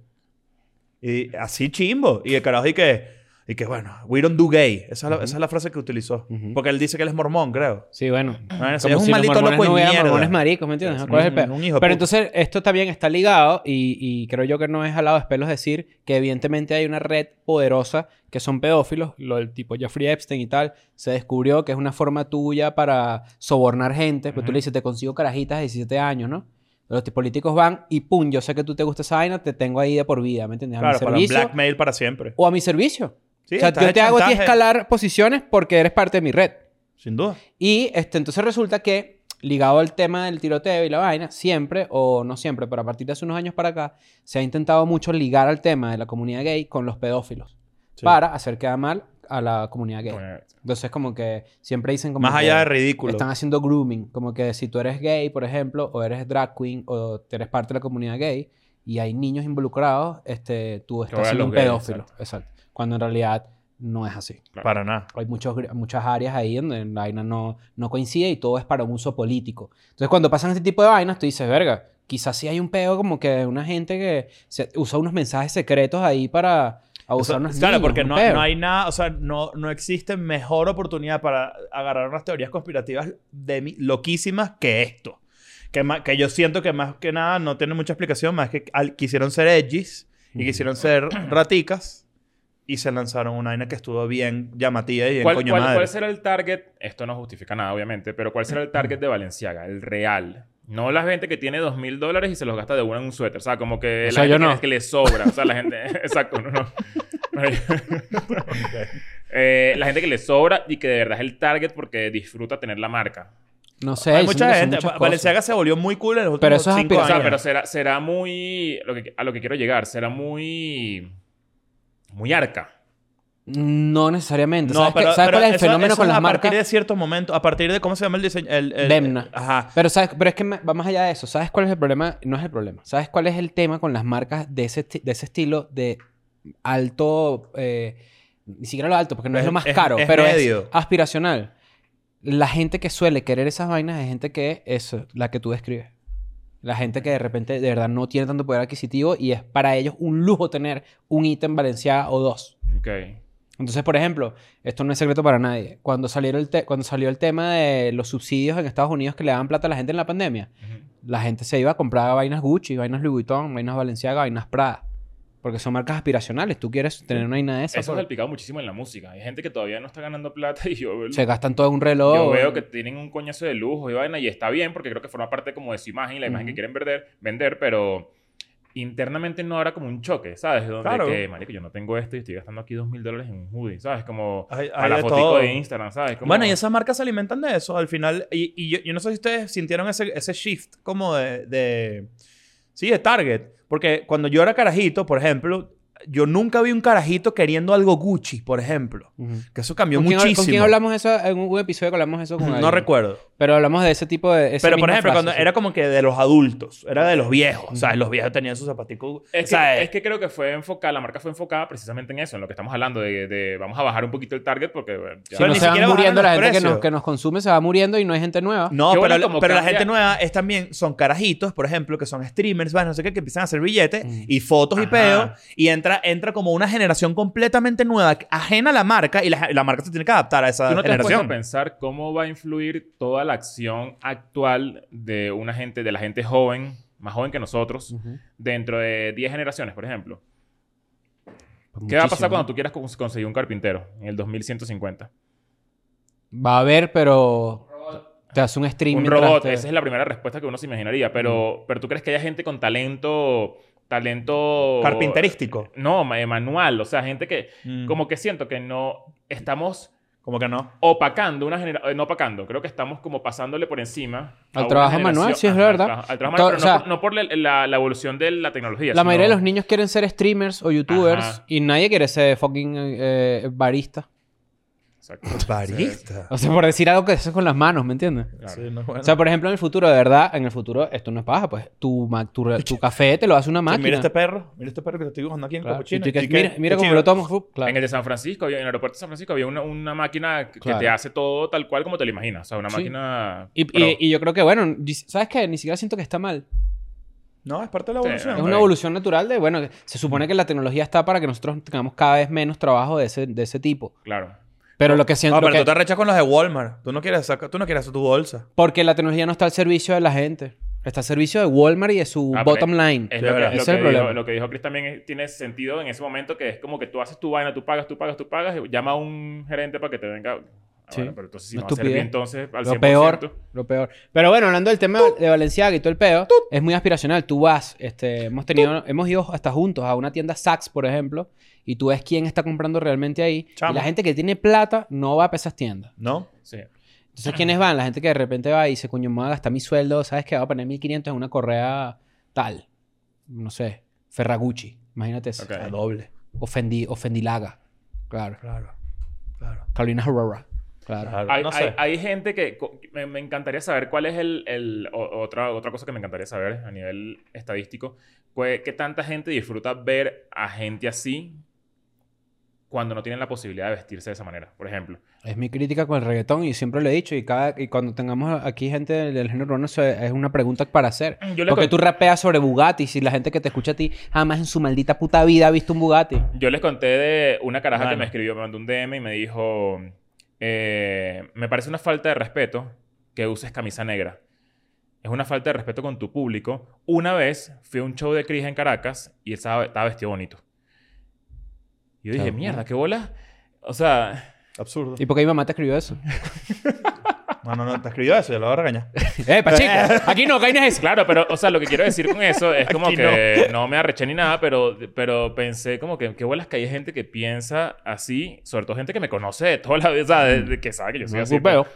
Speaker 3: Y así chimbo. Y el carajo y que, y que bueno, we don't do gay. Esa es la, esa es la frase que utilizó.
Speaker 2: Ujú.
Speaker 3: Porque él dice que él es mormón, creo.
Speaker 2: Sí, bueno.
Speaker 3: Ah, sí,
Speaker 2: Como
Speaker 3: es un
Speaker 2: si los
Speaker 3: maldito
Speaker 2: mormones
Speaker 3: loco de
Speaker 2: no hubieran
Speaker 3: mierda.
Speaker 2: mormones maricos, ¿me entiendes?
Speaker 3: Es
Speaker 2: ¿Cuál es el
Speaker 3: un-
Speaker 2: pedo?
Speaker 3: un hijo
Speaker 2: Pero
Speaker 3: de puta.
Speaker 2: entonces esto también está ligado y, y creo yo que no es jalado de pelos decir que evidentemente hay una red poderosa que son pedófilos, lo del tipo Jeffrey Epstein y tal, se descubrió que es una forma tuya para sobornar gente, pues tú le dices, te consigo carajitas de 17 años, ¿no? Los políticos van y pum, yo sé que tú te gusta esa vaina, te tengo ahí de por vida, ¿me entiendes? A
Speaker 3: Claro,
Speaker 2: mi
Speaker 3: para un
Speaker 2: servicio
Speaker 3: blackmail para siempre.
Speaker 2: o a mi servicio.
Speaker 3: Sí,
Speaker 2: o sea,
Speaker 3: estás
Speaker 2: yo
Speaker 3: de
Speaker 2: te hago a ti
Speaker 3: chantaje.
Speaker 2: escalar posiciones porque eres parte de mi red.
Speaker 3: Sin duda.
Speaker 2: Y este, entonces resulta que, ligado al tema del tiroteo y la vaina, siempre, o no siempre, pero a partir de hace unos años para acá, se ha intentado mucho ligar al tema de la comunidad gay con los pedófilos.
Speaker 3: Sí.
Speaker 2: Para hacer quedar mal a la comunidad gay.
Speaker 1: Bueno,
Speaker 2: Entonces, como que siempre dicen como.
Speaker 3: Más
Speaker 2: que
Speaker 3: allá de ridículo.
Speaker 2: Están haciendo grooming. Como que si tú eres gay, por ejemplo, o eres drag queen, o eres parte de la comunidad gay, y hay niños involucrados, este, tú
Speaker 1: voy
Speaker 2: estás
Speaker 1: a
Speaker 2: siendo
Speaker 1: los
Speaker 2: un
Speaker 1: gays,
Speaker 2: pedófilo. exacto. Cuando en realidad no es así.
Speaker 3: Para nada.
Speaker 2: Hay muchos, gr- muchas áreas ahí donde la vaina no, no coincide y todo es para un uso político. Entonces, cuando pasan este tipo de vainas, tú dices, verga, quizás sí hay un pedo como que una gente que se- usa unos mensajes secretos ahí para abusar
Speaker 3: Eso-
Speaker 2: a unos
Speaker 3: claro,
Speaker 2: niños,
Speaker 3: porque
Speaker 2: un
Speaker 3: no,
Speaker 2: pedo.
Speaker 3: no hay nada, o sea, no, no existe mejor oportunidad para agarrar unas teorías conspirativas de mi- loquísimas que esto. Que, ma- que yo siento que más que nada no tiene mucha explicación, más que al- quisieron ser edgys y quisieron ser raticas y se lanzaron una vaina que estuvo bien llamativa y bien
Speaker 1: ¿Cuál,
Speaker 3: coño
Speaker 1: cuál-
Speaker 3: madre.
Speaker 1: cuál será el target? Esto no justifica nada, obviamente, pero ¿cuál será el target de Valenciaga? El real. No la gente que tiene dos mil dólares y se los gasta de una en un suéter. O sea, como que
Speaker 2: O
Speaker 1: la
Speaker 2: sea,
Speaker 1: gente
Speaker 2: yo
Speaker 1: que-
Speaker 2: no.
Speaker 1: que le sobra. O sea, la gente... Exacto. no, no. Eh, la gente que le sobra y que de verdad es el target porque disfruta tener la marca.
Speaker 2: No sé,
Speaker 3: Hay
Speaker 2: yo siento
Speaker 3: mucha
Speaker 2: que son
Speaker 3: gente.
Speaker 2: muchas
Speaker 3: Va-
Speaker 2: cosas.
Speaker 3: Valenciaga se volvió muy cool en los últimos
Speaker 2: Pero eso es
Speaker 3: cinco
Speaker 1: O sea,
Speaker 3: años.
Speaker 1: pero será, será muy... lo que- a lo que quiero llegar. Será muy... Muy arca.
Speaker 2: No necesariamente.
Speaker 3: No,
Speaker 2: ¿Sabes, qué-
Speaker 3: pero,
Speaker 2: sabes
Speaker 3: pero
Speaker 2: cuál es el
Speaker 3: eso-
Speaker 2: fenómeno
Speaker 3: eso
Speaker 2: con
Speaker 3: es
Speaker 2: las
Speaker 3: a partir
Speaker 2: marcas?
Speaker 3: de ciertos momentos, a partir de cómo se llama el diseño, el, el-
Speaker 2: Demna.
Speaker 3: Ajá.
Speaker 2: Pero, ¿sabes? pero es que me- va más allá de eso. ¿Sabes cuál es el problema? No es el problema. ¿Sabes cuál es el tema con las marcas de ese, esti- de ese estilo de alto... eh, ni siquiera lo alto, porque no es,
Speaker 3: Es-
Speaker 2: lo más
Speaker 3: es-
Speaker 2: caro,
Speaker 3: es
Speaker 2: pero es
Speaker 3: medio.
Speaker 2: aspiracional. La gente que suele querer esas vainas es gente que es eso, la que tú describes. La gente que de repente de verdad no tiene tanto poder adquisitivo y es para ellos un lujo tener un ítem Valenciaga o dos.
Speaker 1: Ok.
Speaker 2: Entonces, por ejemplo, esto no es secreto para nadie. Cuando, salieron el te- cuando salió el tema de los subsidios en Estados Unidos que le daban plata a la gente en la pandemia, la gente se iba a comprar vainas Gucci, vainas Louis Vuitton, vainas Balenciaga, vainas Prada. Porque son marcas aspiracionales. Tú quieres tener una vaina de esas.
Speaker 1: Eso es
Speaker 2: por-
Speaker 1: el picado muchísimo en la música. Hay gente que todavía no está ganando plata y yo...
Speaker 2: Se gastan todo en un reloj.
Speaker 3: Oh.
Speaker 1: Yo veo que tienen un coñazo de lujo y vaina y está bien porque creo que forma parte como de su imagen y la imagen
Speaker 2: Ujú.
Speaker 1: que quieren vender, vender, pero internamente no habrá como un choque, ¿sabes? Donde
Speaker 3: Claro.
Speaker 1: que, marico, yo no tengo esto y estoy gastando aquí dos mil dólares en un hoodie, ¿sabes? Como
Speaker 3: Hay-
Speaker 1: a
Speaker 3: hay
Speaker 1: la
Speaker 3: de
Speaker 1: fotico
Speaker 3: todo.
Speaker 1: de Instagram, ¿sabes? Como-
Speaker 3: Bueno, y esas marcas se alimentan de eso al final. Y, y yo, yo no sé si ustedes sintieron ese, ese shift como de, de- Sí, de target. Porque cuando yo era carajito, por ejemplo, yo nunca vi un carajito queriendo algo Gucci, por ejemplo.
Speaker 2: Ujú.
Speaker 3: Que eso cambió
Speaker 2: ¿Con quién,
Speaker 3: muchísimo.
Speaker 2: con quién hablamos eso? En un episodio que hablamos eso con
Speaker 3: No
Speaker 2: alguien.
Speaker 3: recuerdo.
Speaker 2: Pero hablamos de ese tipo de... esa
Speaker 3: Pero, por
Speaker 2: misma
Speaker 3: ejemplo,
Speaker 2: frase,
Speaker 3: cuando
Speaker 2: sí.
Speaker 3: era como que de los adultos. Era de los viejos. O sea, los viejos tenían sus zapaticos...
Speaker 1: Es
Speaker 3: o
Speaker 1: que,
Speaker 3: sea, eh,
Speaker 1: es que creo que fue enfocada, la marca fue enfocada precisamente en eso, en lo que estamos hablando, de, de vamos a bajar un poquito el target porque... bueno, ya-
Speaker 2: Si
Speaker 3: Pero
Speaker 2: no
Speaker 3: ni
Speaker 2: se van
Speaker 3: siquiera bajaron
Speaker 2: muriendo, la
Speaker 3: los
Speaker 2: gente que nos,
Speaker 3: precios.
Speaker 2: que nos consume se va muriendo y no hay gente nueva.
Speaker 3: No,
Speaker 1: Qué
Speaker 3: pero,
Speaker 1: bueno
Speaker 3: la-
Speaker 1: como
Speaker 3: pero la
Speaker 1: cambia-
Speaker 3: gente nueva es también, son carajitos, por ejemplo, que son streamers, van, no sé qué, que empiezan a hacer billetes
Speaker 2: Mm.
Speaker 3: y fotos y
Speaker 1: Ajá.
Speaker 3: peo, y entra entra, entra como una generación completamente nueva, ajena a la marca, y la, la marca se tiene que adaptar a esa
Speaker 1: Tú no te has puesto a
Speaker 3: generación.
Speaker 1: pensar cómo va a influir toda la acción actual de una gente, de la gente joven, más joven que nosotros, dentro de 10 generaciones, por ejemplo. ¿Qué va a pasar cuando tú quieras cons- conseguir un carpintero en el 2150?
Speaker 2: Va a haber, pero. Te hace un stream.
Speaker 1: un
Speaker 2: mientras
Speaker 1: robot,
Speaker 2: te-
Speaker 1: esa es la primera respuesta que uno se imaginaría, pero, pero tú crees que haya gente con talento, talento...
Speaker 3: Carpinterístico.
Speaker 1: No, ma- manual, o sea, gente que
Speaker 3: Mm.
Speaker 1: como que siento que no estamos
Speaker 3: Como que no.
Speaker 1: opacando una generación, no opacando, creo que estamos como pasándole por encima. a
Speaker 2: Al
Speaker 1: una
Speaker 2: trabajo manual,
Speaker 1: generación-
Speaker 2: sí, es
Speaker 1: ajá,
Speaker 2: verdad.
Speaker 1: Al trabajo, al trabajo
Speaker 2: Todo-
Speaker 1: manual,
Speaker 2: o
Speaker 1: pero no,
Speaker 2: sea,
Speaker 1: por- no por la, la- la evolución de la tecnología.
Speaker 2: La mayoría de
Speaker 1: sino-
Speaker 2: los niños quieren ser streamers o youtubers
Speaker 1: Ajá.
Speaker 2: y nadie quiere ser fucking eh, barista.
Speaker 1: Exacto.
Speaker 3: Barista.
Speaker 2: O sea, por decir algo que haces con las manos, ¿me entiendes?
Speaker 1: Claro.
Speaker 3: Sí, no, bueno.
Speaker 2: O sea, por ejemplo, en el futuro, de verdad, en el futuro, esto no es paja, pues tu, ma- tu, re- tu café te lo hace una
Speaker 3: O sea,
Speaker 2: máquina.
Speaker 3: mira este perro, mira este perro que te estoy dibujando aquí en
Speaker 2: Claro.
Speaker 3: capuchino.
Speaker 2: Y tú que-
Speaker 3: Y que-
Speaker 2: mira, mira
Speaker 3: qué
Speaker 2: cómo
Speaker 3: chido.
Speaker 2: lo tomas. uf, claro.
Speaker 1: En el de San Francisco, había- en el aeropuerto de San Francisco, había una, una máquina que
Speaker 2: Claro.
Speaker 1: te hace todo tal cual como te lo imaginas. O sea, una
Speaker 2: Sí.
Speaker 1: máquina...
Speaker 2: Y, y-
Speaker 1: pro.
Speaker 2: y yo creo que, bueno, di- ¿sabes qué? Ni siquiera siento que está mal.
Speaker 3: No, es parte de la
Speaker 1: Sí,
Speaker 3: evolución.
Speaker 2: Es
Speaker 1: Está
Speaker 2: una
Speaker 1: bien.
Speaker 2: evolución natural de, bueno, se supone que la tecnología está para que nosotros tengamos cada vez menos trabajo de ese, de ese tipo.
Speaker 1: Claro.
Speaker 2: Pero lo que siento
Speaker 3: Ah, pero
Speaker 2: que-
Speaker 3: tú te arrechas con los de Walmart. Tú no quieres sacar, tú no quieres hacer tu bolsa.
Speaker 2: Porque la tecnología no está al servicio de la gente. Está al servicio de Walmart y de su
Speaker 1: Ah, pero
Speaker 2: bottom line.
Speaker 1: Es
Speaker 3: Sí,
Speaker 1: lo que,
Speaker 3: verdad.
Speaker 1: lo
Speaker 2: Ese es
Speaker 1: que
Speaker 2: el
Speaker 1: dijo-
Speaker 2: problema.
Speaker 1: lo que dijo Chris también es- tiene sentido en ese momento que es como que tú haces tu vaina, tú pagas, tú pagas, tú pagas, y llama a un gerente para que te venga. Ah,
Speaker 2: Sí.
Speaker 1: bueno, pero entonces si
Speaker 2: Una
Speaker 1: no va a servir,
Speaker 2: estupidez.
Speaker 1: entonces al
Speaker 2: Lo
Speaker 1: 100%.
Speaker 2: peor, lo peor. Pero bueno, hablando del tema de Valenciaga y todo el pedo, es muy aspiracional. Tú vas, este, hemos tenido, hemos ido hasta juntos a una tienda Saks, por ejemplo, y tú ves quién está comprando realmente ahí.
Speaker 3: Chamo.
Speaker 2: Y la gente que tiene plata no va para esas tiendas.
Speaker 3: ¿No?
Speaker 1: Sí.
Speaker 2: Entonces, ¿quiénes van? La gente que de repente va y dice, coño, me voy a gastar mi sueldo, ¿sabes qué? Voy a poner 1500 en una correa tal. No sé, Ferragucci. Imagínate eso.
Speaker 1: Ok.
Speaker 3: A doble.
Speaker 2: Ofendi, ofendilaga. Claro.
Speaker 3: Claro. Claro.
Speaker 2: Carolina Herrera. Claro.
Speaker 1: Hay,
Speaker 3: no
Speaker 1: hay-
Speaker 3: sé.
Speaker 1: hay gente que co- me, me encantaría saber cuál es el, el- o- otra, otra cosa que me encantaría saber a nivel estadístico, pues qué tanta gente disfruta ver a gente así cuando no tienen la posibilidad de vestirse de esa manera, por ejemplo.
Speaker 2: Es mi crítica con el reggaetón y siempre lo he dicho. Y, cada, y cuando tengamos aquí gente del, del género urbano, eso es es una pregunta para hacer.
Speaker 1: Yo le
Speaker 2: Porque tú
Speaker 1: con-
Speaker 2: rapeas sobre Bugatti y la gente que te escucha a ti jamás en su maldita puta vida ha visto un Bugatti.
Speaker 1: Yo les conté de una caraja que
Speaker 3: Bueno.
Speaker 1: me escribió, me mandó un DM y me dijo, eh, me parece una falta de respeto que uses camisa negra. Es una falta de respeto con tu público. Una vez fui a un show de Cris en Caracas y él estaba, estaba vestido bonito. Y yo dije,
Speaker 2: Claro.
Speaker 1: mierda, qué bola. O sea,
Speaker 3: Absurdo.
Speaker 2: ¿Y por qué mi mamá te escribió eso?
Speaker 3: No, no, no. Te escribió eso, yo lo voy a regañar.
Speaker 2: ¡Eh, Pachica! Aquí no, Caín es eso.
Speaker 1: claro, pero o sea, lo que quiero decir con eso es como
Speaker 3: Aquí
Speaker 1: que no. me arreché ni nada, pero, pero pensé como que qué bolas que hay gente que piensa así, sobre todo gente que me conoce de toda la vida, o sea, de- de que sabe que yo soy así. pues.
Speaker 2: Pupeo.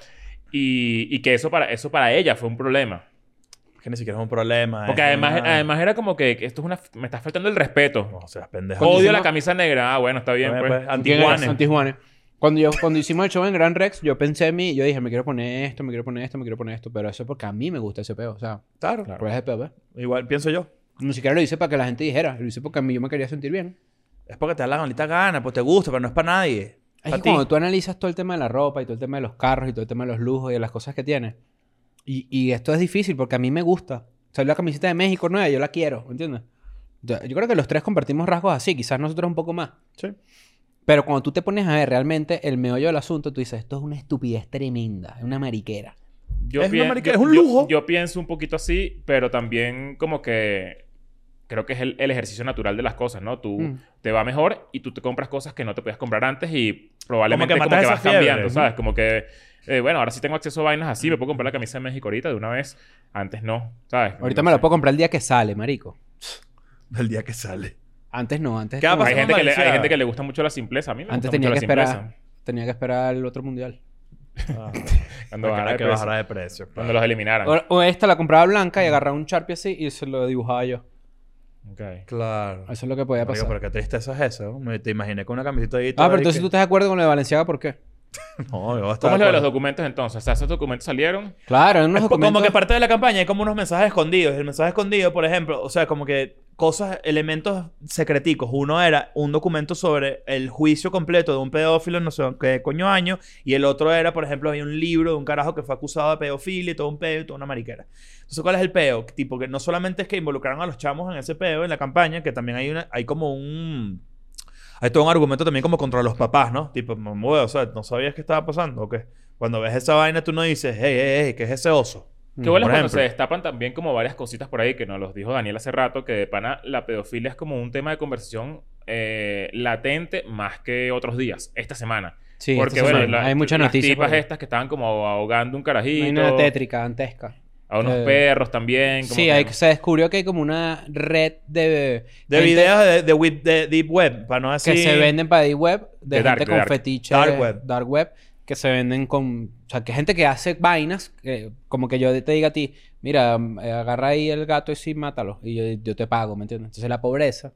Speaker 1: Y, y que eso para, eso para ella fue un problema.
Speaker 3: Es que ni siquiera es un problema.
Speaker 1: Porque
Speaker 3: es
Speaker 1: además,
Speaker 3: una-
Speaker 1: además era como que esto es una... Me estás faltando el respeto.
Speaker 3: No, seas pendejo.
Speaker 1: Odio la
Speaker 2: hicimos-
Speaker 1: camisa negra. Ah, bueno, está bien,
Speaker 3: Pues,
Speaker 1: pues.
Speaker 3: pues,
Speaker 2: ¿Quién eres?
Speaker 3: Antiguanes.
Speaker 2: Antijuanes. Cuando, yo, cuando hicimos el show en Gran Rex, yo pensé en mí, yo dije, me quiero poner esto, me quiero poner esto, me quiero poner esto, pero eso es porque a mí me gusta ese peo, o sea,
Speaker 3: Claro.
Speaker 2: ¿cuál es el peo, pues?
Speaker 3: Igual pienso yo.
Speaker 2: Ni siquiera lo hice para que la gente dijera, lo hice porque a mí yo me quería sentir bien.
Speaker 3: Es porque te da la maldita gana, pues te gusta, pero no es para nadie.
Speaker 2: Es
Speaker 3: Pa'
Speaker 2: que
Speaker 3: ti.
Speaker 2: cuando tú analizas todo el tema de la ropa y todo el tema de los carros y todo el tema de los lujos y de las cosas que tienes, y, y esto es difícil porque a mí me gusta. Salió la camiseta de México nueva, yo la quiero, ¿me ¿entiendes? Yo, yo creo que los tres compartimos rasgos así, quizás nosotros un poco más.
Speaker 3: Sí.
Speaker 2: Pero cuando tú te pones a ver realmente el meollo del asunto, tú dices, esto es una estupidez tremenda, es una mariquera.
Speaker 1: Yo
Speaker 3: Es una
Speaker 1: pien-
Speaker 3: marica-
Speaker 1: yo-
Speaker 3: es un
Speaker 1: yo-
Speaker 3: lujo.
Speaker 1: Yo, pienso un poquito así, pero también como que... Creo que es el, el ejercicio natural de las cosas, ¿no? Tú
Speaker 2: Mm.
Speaker 1: te va mejor y tú te compras cosas que no te podías comprar antes y probablemente
Speaker 3: Como
Speaker 1: como
Speaker 3: que
Speaker 1: que,
Speaker 3: matas
Speaker 1: vas
Speaker 3: esa fiebre.
Speaker 1: cambiando, ¿sabes? Como que... eh, bueno, ahora sí tengo acceso a vainas así. Me puedo comprar la camisa de México ahorita de una vez. Antes no, ¿sabes?
Speaker 2: Ahorita
Speaker 1: No
Speaker 2: me
Speaker 1: sé.
Speaker 2: la puedo comprar el día que sale, marico.
Speaker 3: El día que sale.
Speaker 2: Antes no, antes...
Speaker 3: ¿Qué va a
Speaker 1: Hay
Speaker 3: pasar?
Speaker 1: gente, que le, hay
Speaker 3: Valenciaga.
Speaker 1: gente que le gusta mucho la simpleza. A mí me
Speaker 2: Antes
Speaker 1: gusta
Speaker 2: tenía
Speaker 1: mucho
Speaker 2: que
Speaker 1: la
Speaker 2: esperar...
Speaker 1: simpleza.
Speaker 2: Tenía que esperar el otro mundial.
Speaker 1: Cuando bajara
Speaker 3: Ah, hay
Speaker 1: de
Speaker 3: que
Speaker 1: precio.
Speaker 3: bajar de precio.
Speaker 1: Cuando los eliminaran.
Speaker 2: O, o esta la compraba blanca y agarraba un Sharpie así y se lo dibujaba yo.
Speaker 1: Ok.
Speaker 3: Claro.
Speaker 2: Eso es lo que podía
Speaker 3: Marico,
Speaker 2: pasar.
Speaker 3: pero qué tristeza es eso. ¿no? Me te imaginé con una camiseta ahí.
Speaker 2: Ah,
Speaker 3: toda
Speaker 2: pero
Speaker 3: ahí
Speaker 2: entonces
Speaker 3: que-
Speaker 2: tú estás de acuerdo con lo de Valenciaga, ¿por qué?
Speaker 3: No, yo voy a estar
Speaker 1: ¿Cómo es lo de los
Speaker 3: acuerdo.
Speaker 1: documentos entonces? O sea, esos documentos salieron.
Speaker 2: Claro, en unos
Speaker 3: Es po-
Speaker 2: documentos...
Speaker 3: Como que parte de la campaña hay como unos mensajes escondidos. El mensaje escondido, por ejemplo, o sea, como que cosas, elementos secreticos. Uno era un documento sobre el juicio completo de un pedófilo, no sé qué coño año, y el otro era, por ejemplo, había un libro de un carajo que fue acusado de pedofilia y todo un peo y toda una mariquera. Entonces, ¿cuál es el peo? Tipo, que no solamente es que involucraron a los chamos en ese peo, en la campaña, que también hay, una, hay como un... Hay todo un argumento también como contra los papás, ¿no? Tipo, mamá, o sea, ¿no sabías qué estaba pasando o qué? Cuando ves esa vaina, tú no dices, hey, hey, hey, ¿qué es ese oso?
Speaker 2: Mm.
Speaker 1: Que bueno
Speaker 3: Por
Speaker 1: cuando
Speaker 3: ejemplo.
Speaker 1: se destapan también como varias cositas por ahí que nos los dijo Daniel hace rato, que de pana la pedofilia es como un tema de conversación eh, latente más que otros días, esta semana.
Speaker 2: Sí,
Speaker 1: Porque
Speaker 2: esta
Speaker 1: bueno,
Speaker 2: semana.
Speaker 1: la-
Speaker 2: hay pues. muchas
Speaker 1: las
Speaker 2: noticias.
Speaker 1: tipas
Speaker 2: por ahí.
Speaker 1: estas que estaban como ahogando un
Speaker 2: Hay
Speaker 1: carajito,
Speaker 2: una tétrica, dantesca.
Speaker 1: a unos
Speaker 2: eh,
Speaker 1: perros también. como
Speaker 2: Sí,
Speaker 1: que-
Speaker 2: hay, se descubrió que hay como una red de...
Speaker 3: De
Speaker 2: gente
Speaker 3: videos de, de web- de Deep Web, para no decir...
Speaker 2: Que se venden para Deep Web, de,
Speaker 1: De dark,
Speaker 2: gente
Speaker 1: de
Speaker 2: con
Speaker 1: dark.
Speaker 2: fetiche.
Speaker 3: Dark web.
Speaker 2: Dark web. Que se venden con... O sea, que gente que hace vainas, que- como que yo te diga a ti, mira, mm, eh, agarra ahí el gato y sí, mátalo. Y yo, yo te pago, ¿me entiendes? Entonces la pobreza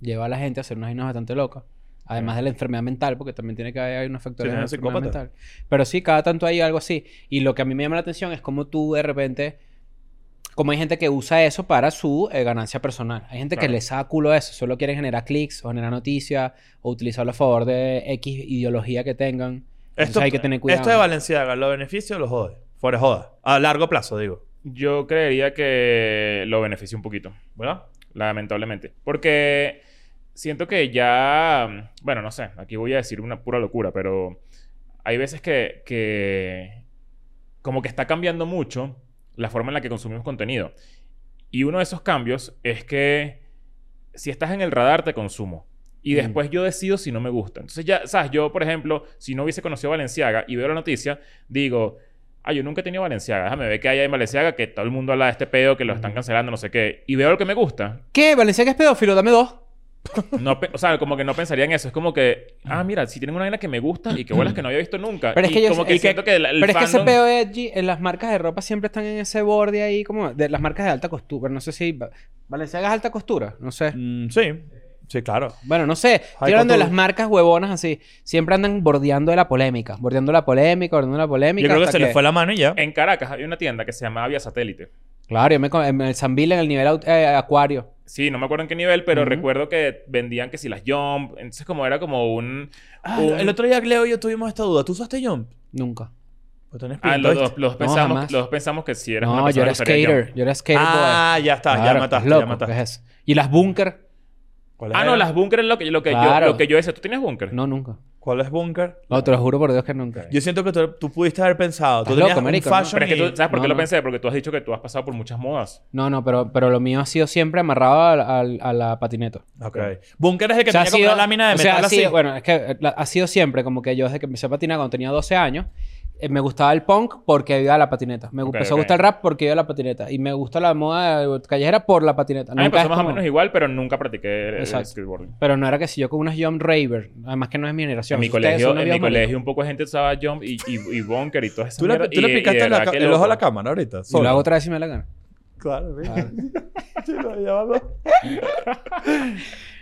Speaker 2: lleva a la gente a hacer unas vainas bastante locas. Además de la enfermedad mental, porque también tiene que haber hay unos factores
Speaker 3: Sí,
Speaker 2: de la
Speaker 3: es
Speaker 2: enfermedad
Speaker 3: psicópata.
Speaker 2: mental. Pero sí, cada tanto hay algo así. Y lo que a mí me llama la atención es cómo tú de repente... Como hay gente que usa eso para su eh, ganancia personal. Hay gente
Speaker 1: Claro.
Speaker 2: que le saca culo a eso. Solo quieren generar clics o generar noticias o utilizarlo a favor de X ideología que tengan. Entonces
Speaker 3: Esto,
Speaker 2: hay que tener cuidado.
Speaker 3: Esto de Valenciaga, ¿lo beneficia o lo jode? Fuera de joda. A largo plazo, digo.
Speaker 1: Yo creería que lo beneficia un poquito.
Speaker 3: ¿Verdad?
Speaker 1: lamentablemente. Porque siento que ya, bueno, no sé, aquí voy a decir una pura locura, pero hay veces que, que como que está cambiando mucho la forma en la que consumimos contenido. Y uno de esos cambios es que si estás en el radar te consumo. Y
Speaker 2: Mm.
Speaker 1: después yo decido si no me gusta. Entonces ya, sabes, yo, por ejemplo, si no hubiese conocido a Valenciaga y veo la noticia, digo, ah, yo nunca he tenido Valenciaga. Déjame ver qué hay en Valenciaga, que todo el mundo habla de este pedo, que lo están cancelando, no sé qué. Y veo lo que me gusta.
Speaker 2: ¿Qué? ¿Valenciaga es pedófilo? Dame dos.
Speaker 1: No, pe- o sea, como que no pensaría en eso. Es como que, ah, mira, si tienen una vaina que me gusta y que bolas que no había visto nunca.
Speaker 2: Pero es
Speaker 1: Y
Speaker 2: que yo-
Speaker 1: como que
Speaker 2: es que-
Speaker 1: siento que el, el
Speaker 2: Pero es que ese
Speaker 1: fandom-
Speaker 2: peo edgy, en las marcas de ropa siempre están en ese borde ahí como... De las marcas de alta costura. No sé si... Va- ¿Valenciaga es alta costura? No sé.
Speaker 3: Mm, sí. Sí, claro.
Speaker 2: Bueno, no sé. Estoy
Speaker 3: High
Speaker 2: hablando de
Speaker 3: couture.
Speaker 2: las marcas huevonas así. Siempre andan bordeando de la polémica. Bordeando la polémica, bordeando la polémica.
Speaker 3: Yo creo que
Speaker 2: hasta
Speaker 3: se le fue la mano y
Speaker 2: Eh,
Speaker 3: ya.
Speaker 1: En Caracas había una tienda que se llamaba Vía Satélite.
Speaker 2: Claro, yo me... co- En el Sambil, en el nivel aut- eh, acuario.
Speaker 1: Sí, no me acuerdo en qué nivel, pero
Speaker 2: Ujú.
Speaker 1: recuerdo que vendían que si las Jump. Entonces, como era como un.
Speaker 3: Ah,
Speaker 1: un-
Speaker 3: el otro día Leo y yo tuvimos esta duda. ¿Tú usaste Jump?
Speaker 2: Nunca.
Speaker 3: Pues tenés
Speaker 1: Ah,
Speaker 3: pinta,
Speaker 1: los dos,
Speaker 3: ¿viste?
Speaker 1: los dos pensamos,
Speaker 2: jamás.
Speaker 1: los dos pensamos que si eras una
Speaker 2: No,
Speaker 1: persona
Speaker 2: yo era
Speaker 1: que usaría Jump.
Speaker 2: skater. Yo era skater. boy.
Speaker 3: Ah, ya está.
Speaker 2: Claro,
Speaker 3: ya mataste,
Speaker 2: estás
Speaker 3: ya
Speaker 2: loco, pues.
Speaker 3: mataste.
Speaker 2: ¿qué es eso? ¿Y las búnker?
Speaker 3: ¿Cuál
Speaker 1: Ah,
Speaker 3: era?
Speaker 1: no, las Bunker es lo que, lo que,
Speaker 2: Claro.
Speaker 1: yo, lo que yo decía. ¿Tú tienes Bunker?
Speaker 2: No, nunca.
Speaker 3: ¿Cuál es Bunker?
Speaker 2: No, te lo juro por Dios que nunca.
Speaker 3: Yo siento que tú, tú pudiste haber pensado. Tú
Speaker 2: Estás
Speaker 3: tenías
Speaker 2: loco,
Speaker 3: un
Speaker 2: marico, ¿no?
Speaker 3: fashion
Speaker 1: Pero es que
Speaker 3: y-
Speaker 1: tú, ¿sabes por
Speaker 2: No,
Speaker 1: qué lo
Speaker 2: no.
Speaker 1: pensé? Porque tú has dicho que tú has pasado por muchas modas.
Speaker 2: No, no, pero, pero lo mío ha sido siempre amarrado al- al- a, la patineta.
Speaker 3: Ok. Bunker es el que
Speaker 2: O sea,
Speaker 3: tenía como una lámina de
Speaker 2: o sea,
Speaker 3: metal
Speaker 2: ha sido-
Speaker 3: así.
Speaker 2: Bueno, es que eh, la- ha sido siempre como que yo desde que empecé a patinar cuando tenía 12 años, eh, me gustaba el punk porque iba a la patineta. Me gu-
Speaker 1: Ok,
Speaker 2: empezó
Speaker 1: ok.
Speaker 2: a gustar el rap porque iba a la patineta. Y me gusta la moda eh, callejera por la patineta.
Speaker 1: A mí me
Speaker 2: Nunca
Speaker 1: pasó
Speaker 2: es
Speaker 1: más o
Speaker 2: como-
Speaker 1: menos igual, pero nunca practiqué el- el
Speaker 2: Exacto.
Speaker 1: skateboarding.
Speaker 2: Pero no era que si yo con unas Jump Raver. Además que no es mi generación.
Speaker 1: En mi
Speaker 2: Ustedes
Speaker 1: colegio,
Speaker 2: son
Speaker 1: en mi
Speaker 2: novios, marico.
Speaker 1: colegio un poco de gente usaba jump y, y, y bunker y todas esas
Speaker 3: Tú le,
Speaker 1: mierdas,
Speaker 3: tú
Speaker 1: y-
Speaker 3: le
Speaker 1: y de
Speaker 3: picaste la
Speaker 1: verdad
Speaker 3: ca-
Speaker 1: que
Speaker 3: el
Speaker 1: loco.
Speaker 3: ojo a la cámara ahorita.
Speaker 2: Y
Speaker 3: solo.
Speaker 2: lo hago otra Ah. vez si me da la gana.
Speaker 3: Claro, ¿ves?
Speaker 2: Claro.
Speaker 3: Sí, lo- ya va, va.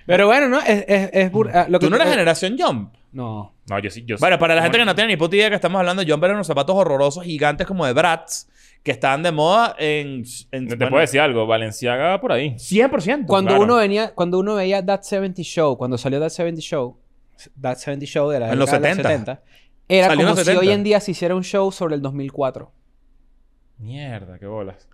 Speaker 2: Pero bueno, ¿no? Es, es, es bur- ah, lo que
Speaker 3: Tú no eres
Speaker 2: eh,
Speaker 3: generación Jump.
Speaker 2: No.
Speaker 3: Pues
Speaker 1: No, yo sí, yo sí.
Speaker 3: Bueno, para la gente que
Speaker 1: Bueno,
Speaker 3: no tiene ni puta idea que estamos hablando, Jump eran unos zapatos horrorosos gigantes como de Bratz que estaban de moda en. en
Speaker 1: Te
Speaker 3: bueno,
Speaker 1: puedo decir algo, Valenciaga por ahí.
Speaker 3: 100%.
Speaker 2: Cuando
Speaker 1: Claro.
Speaker 2: uno venía, cuando uno veía That 70 Show, cuando salió That 70 Show, That 70 Show de la
Speaker 3: En los
Speaker 2: década de
Speaker 3: 70.
Speaker 2: era
Speaker 3: Salió en
Speaker 2: como
Speaker 3: los
Speaker 2: si
Speaker 3: 70.
Speaker 2: hoy en día se hiciera un show sobre el 2004.
Speaker 1: Mierda, qué bolas.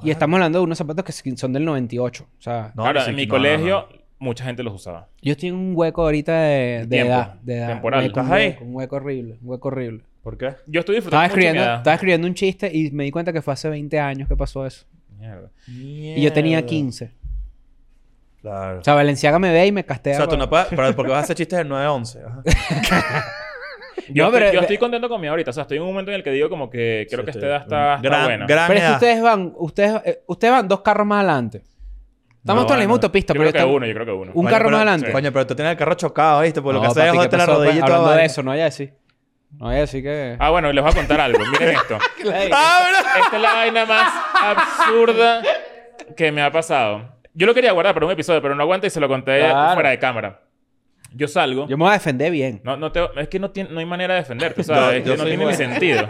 Speaker 2: Y estamos hablando de unos zapatos que son del 98. O sea,
Speaker 3: No,
Speaker 1: claro,
Speaker 3: ni
Speaker 1: en mi
Speaker 3: siquiera- no, no,
Speaker 1: colegio
Speaker 3: no.
Speaker 1: mucha gente los usaba.
Speaker 2: yo estoy en un hueco ahorita de, de
Speaker 1: Tiempo.
Speaker 2: edad. De edad.
Speaker 1: Temporal.
Speaker 2: Hueco, un
Speaker 3: ¿Estás ahí?
Speaker 2: hueco, un hueco horrible, un hueco horrible.
Speaker 3: ¿Por qué?
Speaker 1: Yo estoy
Speaker 2: Estaba
Speaker 1: disfrutando mucho mi
Speaker 2: escribiendo,
Speaker 1: edad.
Speaker 2: estaba escribiendo un chiste y me di cuenta que fue hace 20 años que pasó eso.
Speaker 1: Mierda.
Speaker 2: Y yo tenía 15.
Speaker 3: Claro.
Speaker 2: O sea, Valenciaga me ve y me
Speaker 3: O
Speaker 2: castea.
Speaker 3: sea, tú
Speaker 2: con-
Speaker 3: no puedes. pero Porque vas a hacer chistes del 9-11. ajá.
Speaker 1: Yo,
Speaker 2: No,
Speaker 1: estoy,
Speaker 2: pero-
Speaker 1: yo estoy contento con mi ahorita. O sea, estoy en un momento en el que digo como que creo
Speaker 3: Sí,
Speaker 1: que esta
Speaker 3: estoy-
Speaker 1: edad está, está
Speaker 3: gran,
Speaker 1: buena.
Speaker 3: Gran
Speaker 2: Pero es que
Speaker 3: edad.
Speaker 2: ustedes van, ustedes, eh, ustedes van dos carros más adelante. Estamos
Speaker 3: No,
Speaker 2: todos en la misma
Speaker 3: bueno,
Speaker 2: autopista,
Speaker 1: yo creo
Speaker 2: pero
Speaker 1: que
Speaker 2: estamos-
Speaker 1: uno, pues yo creo que uno.
Speaker 2: un
Speaker 3: Coño,
Speaker 2: carro
Speaker 3: pero-
Speaker 2: más adelante.
Speaker 3: Coño, pero tú tienes el carro chocado, ¿viste? Porque lo que
Speaker 2: No,
Speaker 3: haces es
Speaker 2: papi, ¿qué
Speaker 3: joderte la
Speaker 2: pasó?
Speaker 3: rodilla y toda
Speaker 2: Hablando de
Speaker 3: vaina.
Speaker 2: eso, no vaya así. No vaya así que...
Speaker 1: Ah, bueno, les voy a contar algo. Miren esto.
Speaker 3: ¡Ah, verdad!
Speaker 1: Esta es la vaina más absurda que me ha pasado. Yo lo quería guardar para un episodio, pero no aguanta y se lo conté
Speaker 2: Claro.
Speaker 1: fuera de cámara. Yo salgo.
Speaker 2: Yo me voy a defender bien.
Speaker 1: No, no te, es que no, tiene- no hay manera de defenderte,
Speaker 3: No,
Speaker 1: ¿sabes? Es
Speaker 3: yo
Speaker 1: que no
Speaker 3: soy
Speaker 1: tiene ni
Speaker 3: bueno.
Speaker 1: sentido.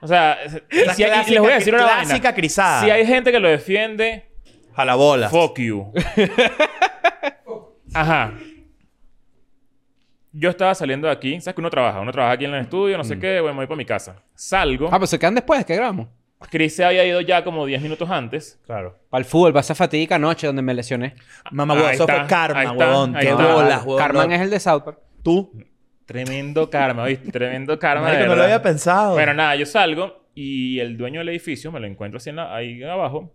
Speaker 1: O sea, es- y
Speaker 3: La
Speaker 1: si hay- y
Speaker 3: clásica-
Speaker 1: les voy a decir una
Speaker 3: clásica
Speaker 1: vaina.
Speaker 3: crisada.
Speaker 1: Si hay gente que lo defiende,
Speaker 3: Jalabolas.
Speaker 1: Fuck you. Ajá. Yo estaba saliendo de aquí. ¿Sabes que uno trabaja? Uno trabaja aquí en el estudio, no sé
Speaker 3: Mm.
Speaker 1: qué. Bueno, me voy para mi casa. Salgo.
Speaker 2: Ah, pero se quedan después, que grabamos?
Speaker 1: Chris se había ido ya como 10 minutos antes.
Speaker 3: Claro.
Speaker 2: Para el fútbol, para esa fatídica noche donde me lesioné. Ah,
Speaker 3: Mamá,
Speaker 1: Ahí
Speaker 3: huevón, eso
Speaker 1: está,
Speaker 3: fue
Speaker 1: ahí
Speaker 3: karma,
Speaker 1: está,
Speaker 3: huevón.
Speaker 1: ahí
Speaker 3: Qué
Speaker 1: está.
Speaker 3: bolas, huevón.
Speaker 2: Carmen
Speaker 3: No,
Speaker 2: es el de South Park.
Speaker 3: tú.
Speaker 1: Tremendo karma, ¿viste? Tremendo karma. de
Speaker 3: Marico, no lo
Speaker 1: verdad.
Speaker 3: había pensado.
Speaker 1: Bueno, nada, yo salgo y el dueño del edificio me lo encuentro así en la- ahí abajo.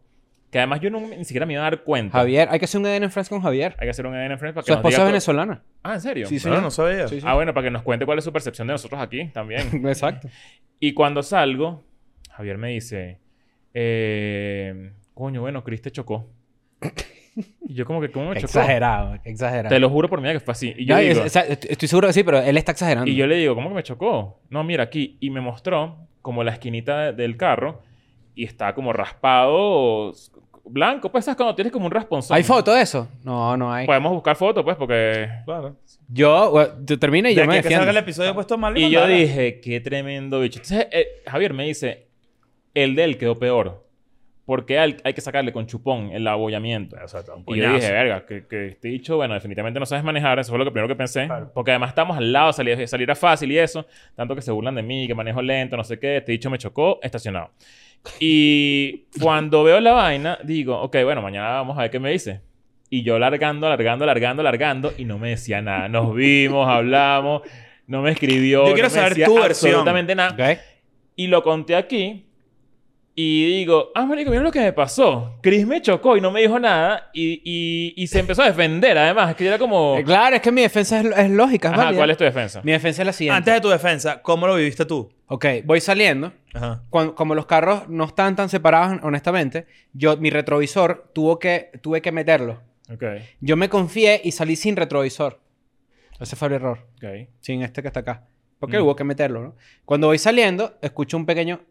Speaker 1: Que además yo no- ni siquiera me iba a dar cuenta.
Speaker 2: Javier, hay que hacer un EDN en France con Javier.
Speaker 1: Hay que hacer un EDN Friends para que
Speaker 2: Su
Speaker 1: nos
Speaker 2: esposa
Speaker 1: diga
Speaker 2: es
Speaker 1: cu-
Speaker 2: venezolana.
Speaker 1: Ah, ¿en serio?
Speaker 2: Sí, sí.
Speaker 3: No, no sabía.
Speaker 2: Sí, sí.
Speaker 1: Ah, bueno, para que nos cuente cuál es su percepción de nosotros aquí también.
Speaker 2: Exacto.
Speaker 1: y cuando salgo, Javier me dice, eh, coño, bueno, Chris te chocó. Y yo como que, ¿cómo me chocó?
Speaker 2: Exagerado, exagerado.
Speaker 1: Te lo juro por mí que fue así. Y yo,
Speaker 2: No,
Speaker 1: digo,
Speaker 2: es- es- estoy estoy seguro que sí, pero él está exagerando.
Speaker 1: y yo le digo, ¿cómo que me chocó? No, mira aquí. Y me mostró como la esquinita de- del carro y está como raspado, s- blanco. Pues sabes cuando tienes como un responsaje.
Speaker 2: ¿Hay foto de eso? No, no hay.
Speaker 1: Podemos buscar fotos, pues, porque...
Speaker 3: Claro.
Speaker 2: Yo, bueno, yo termino y
Speaker 3: De
Speaker 2: yo me
Speaker 3: aquí a que salga el
Speaker 2: defiendo.
Speaker 3: episodio puesto mal
Speaker 1: Y yo
Speaker 3: mandala.
Speaker 1: dije, qué tremendo bicho. Entonces, eh, Javier me dice, el de él quedó peor. Porque al- hay que sacarle con chupón el abollamiento.
Speaker 3: O sea, está un
Speaker 1: Y yo
Speaker 3: coñazo.
Speaker 1: dije, verga, que, que este dicho, bueno, definitivamente no sabes manejar. Eso fue lo que primero que pensé. Porque además estamos al lado, salir, salir era fácil y eso. Tanto que se burlan de mí, que manejo lento, no sé qué. Este dicho me chocó, estacionado. Y cuando veo la vaina, digo, ok, bueno, mañana vamos a ver qué me dice. Y yo largando, largando, largando, largando. Y no me decía nada. Nos vimos, hablamos. No me escribió.
Speaker 3: Yo quiero
Speaker 1: no me
Speaker 3: saber
Speaker 1: decía
Speaker 3: tu versión.
Speaker 1: Absolutamente nada.
Speaker 2: Ok.
Speaker 1: Y lo conté aquí. Y digo, ah, marico, mira lo que me pasó. Chris me chocó y no me dijo nada. Y, y, y se empezó a defender, además. Que yo era como...
Speaker 2: Eh, Claro, es que mi defensa es, es lógica. es
Speaker 1: Oh. Ajá,
Speaker 2: válida.
Speaker 1: ¿cuál es tu defensa?
Speaker 2: Mi defensa es la siguiente.
Speaker 3: Antes de tu defensa, ¿cómo lo viviste tú?
Speaker 2: Ok, voy saliendo.
Speaker 3: Ajá.
Speaker 2: Cuan- como los carros no están tan separados, honestamente, yo, mi retrovisor tuvo que, tuve que meterlo.
Speaker 1: Ok,
Speaker 2: Yo me confié y salí sin retrovisor. Ese fue el error.
Speaker 1: ok.
Speaker 2: Sin este que está acá. Porque
Speaker 1: Mm.
Speaker 2: hubo que meterlo, ¿no? Cuando voy saliendo, escucho un pequeño...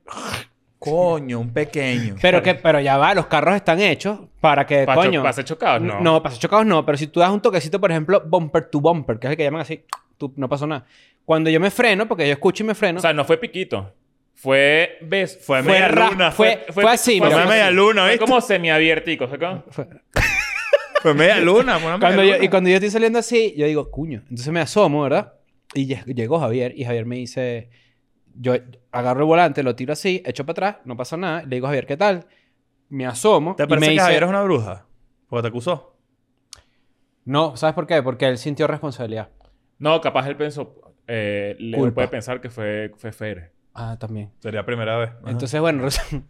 Speaker 3: Coño, un pequeño.
Speaker 2: Pero que, pero ya va, los carros están hechos para que,
Speaker 1: ¿Para, cho-
Speaker 2: coño...
Speaker 1: para ser chocados? No.
Speaker 2: No, para ser chocados no. Pero si tú das un toquecito, por ejemplo, bumper to bumper, que es el que llaman así, tú- no pasó nada. Cuando yo me freno, porque yo escucho y me freno...
Speaker 1: O sea, no fue piquito. Fue... ¿Ves? Fue,
Speaker 2: Fue ra- fue- fue así,
Speaker 1: fue
Speaker 2: mira.
Speaker 1: como
Speaker 3: Fue media
Speaker 1: así.
Speaker 3: luna,
Speaker 1: Fue
Speaker 3: ¿viste?
Speaker 1: como semiabiertico. ¿sí? ¿Cómo?
Speaker 3: Fue media luna. fue una
Speaker 2: Cuando
Speaker 3: media
Speaker 2: yo- y
Speaker 3: luna.
Speaker 2: cuando yo estoy saliendo así, yo digo, cuño. Entonces me asomo, ¿verdad? Y lle- llegó Javier y Javier me dice, yo agarro el volante, lo tiro así, echo para atrás, no pasa nada. Le digo, Javier, ¿qué tal? Me asomo.
Speaker 3: ¿Te
Speaker 2: y me
Speaker 3: parece que
Speaker 2: dice,
Speaker 3: Javier es una bruja? Porque te acusó.
Speaker 2: No, ¿sabes por qué? Porque él sintió responsabilidad.
Speaker 1: No, capaz él pensó... Eh, le
Speaker 2: Culpa.
Speaker 1: puede pensar que fue, fue Fer.
Speaker 2: Ah, también.
Speaker 3: Sería primera vez. Ajá.
Speaker 2: Entonces, bueno, resu-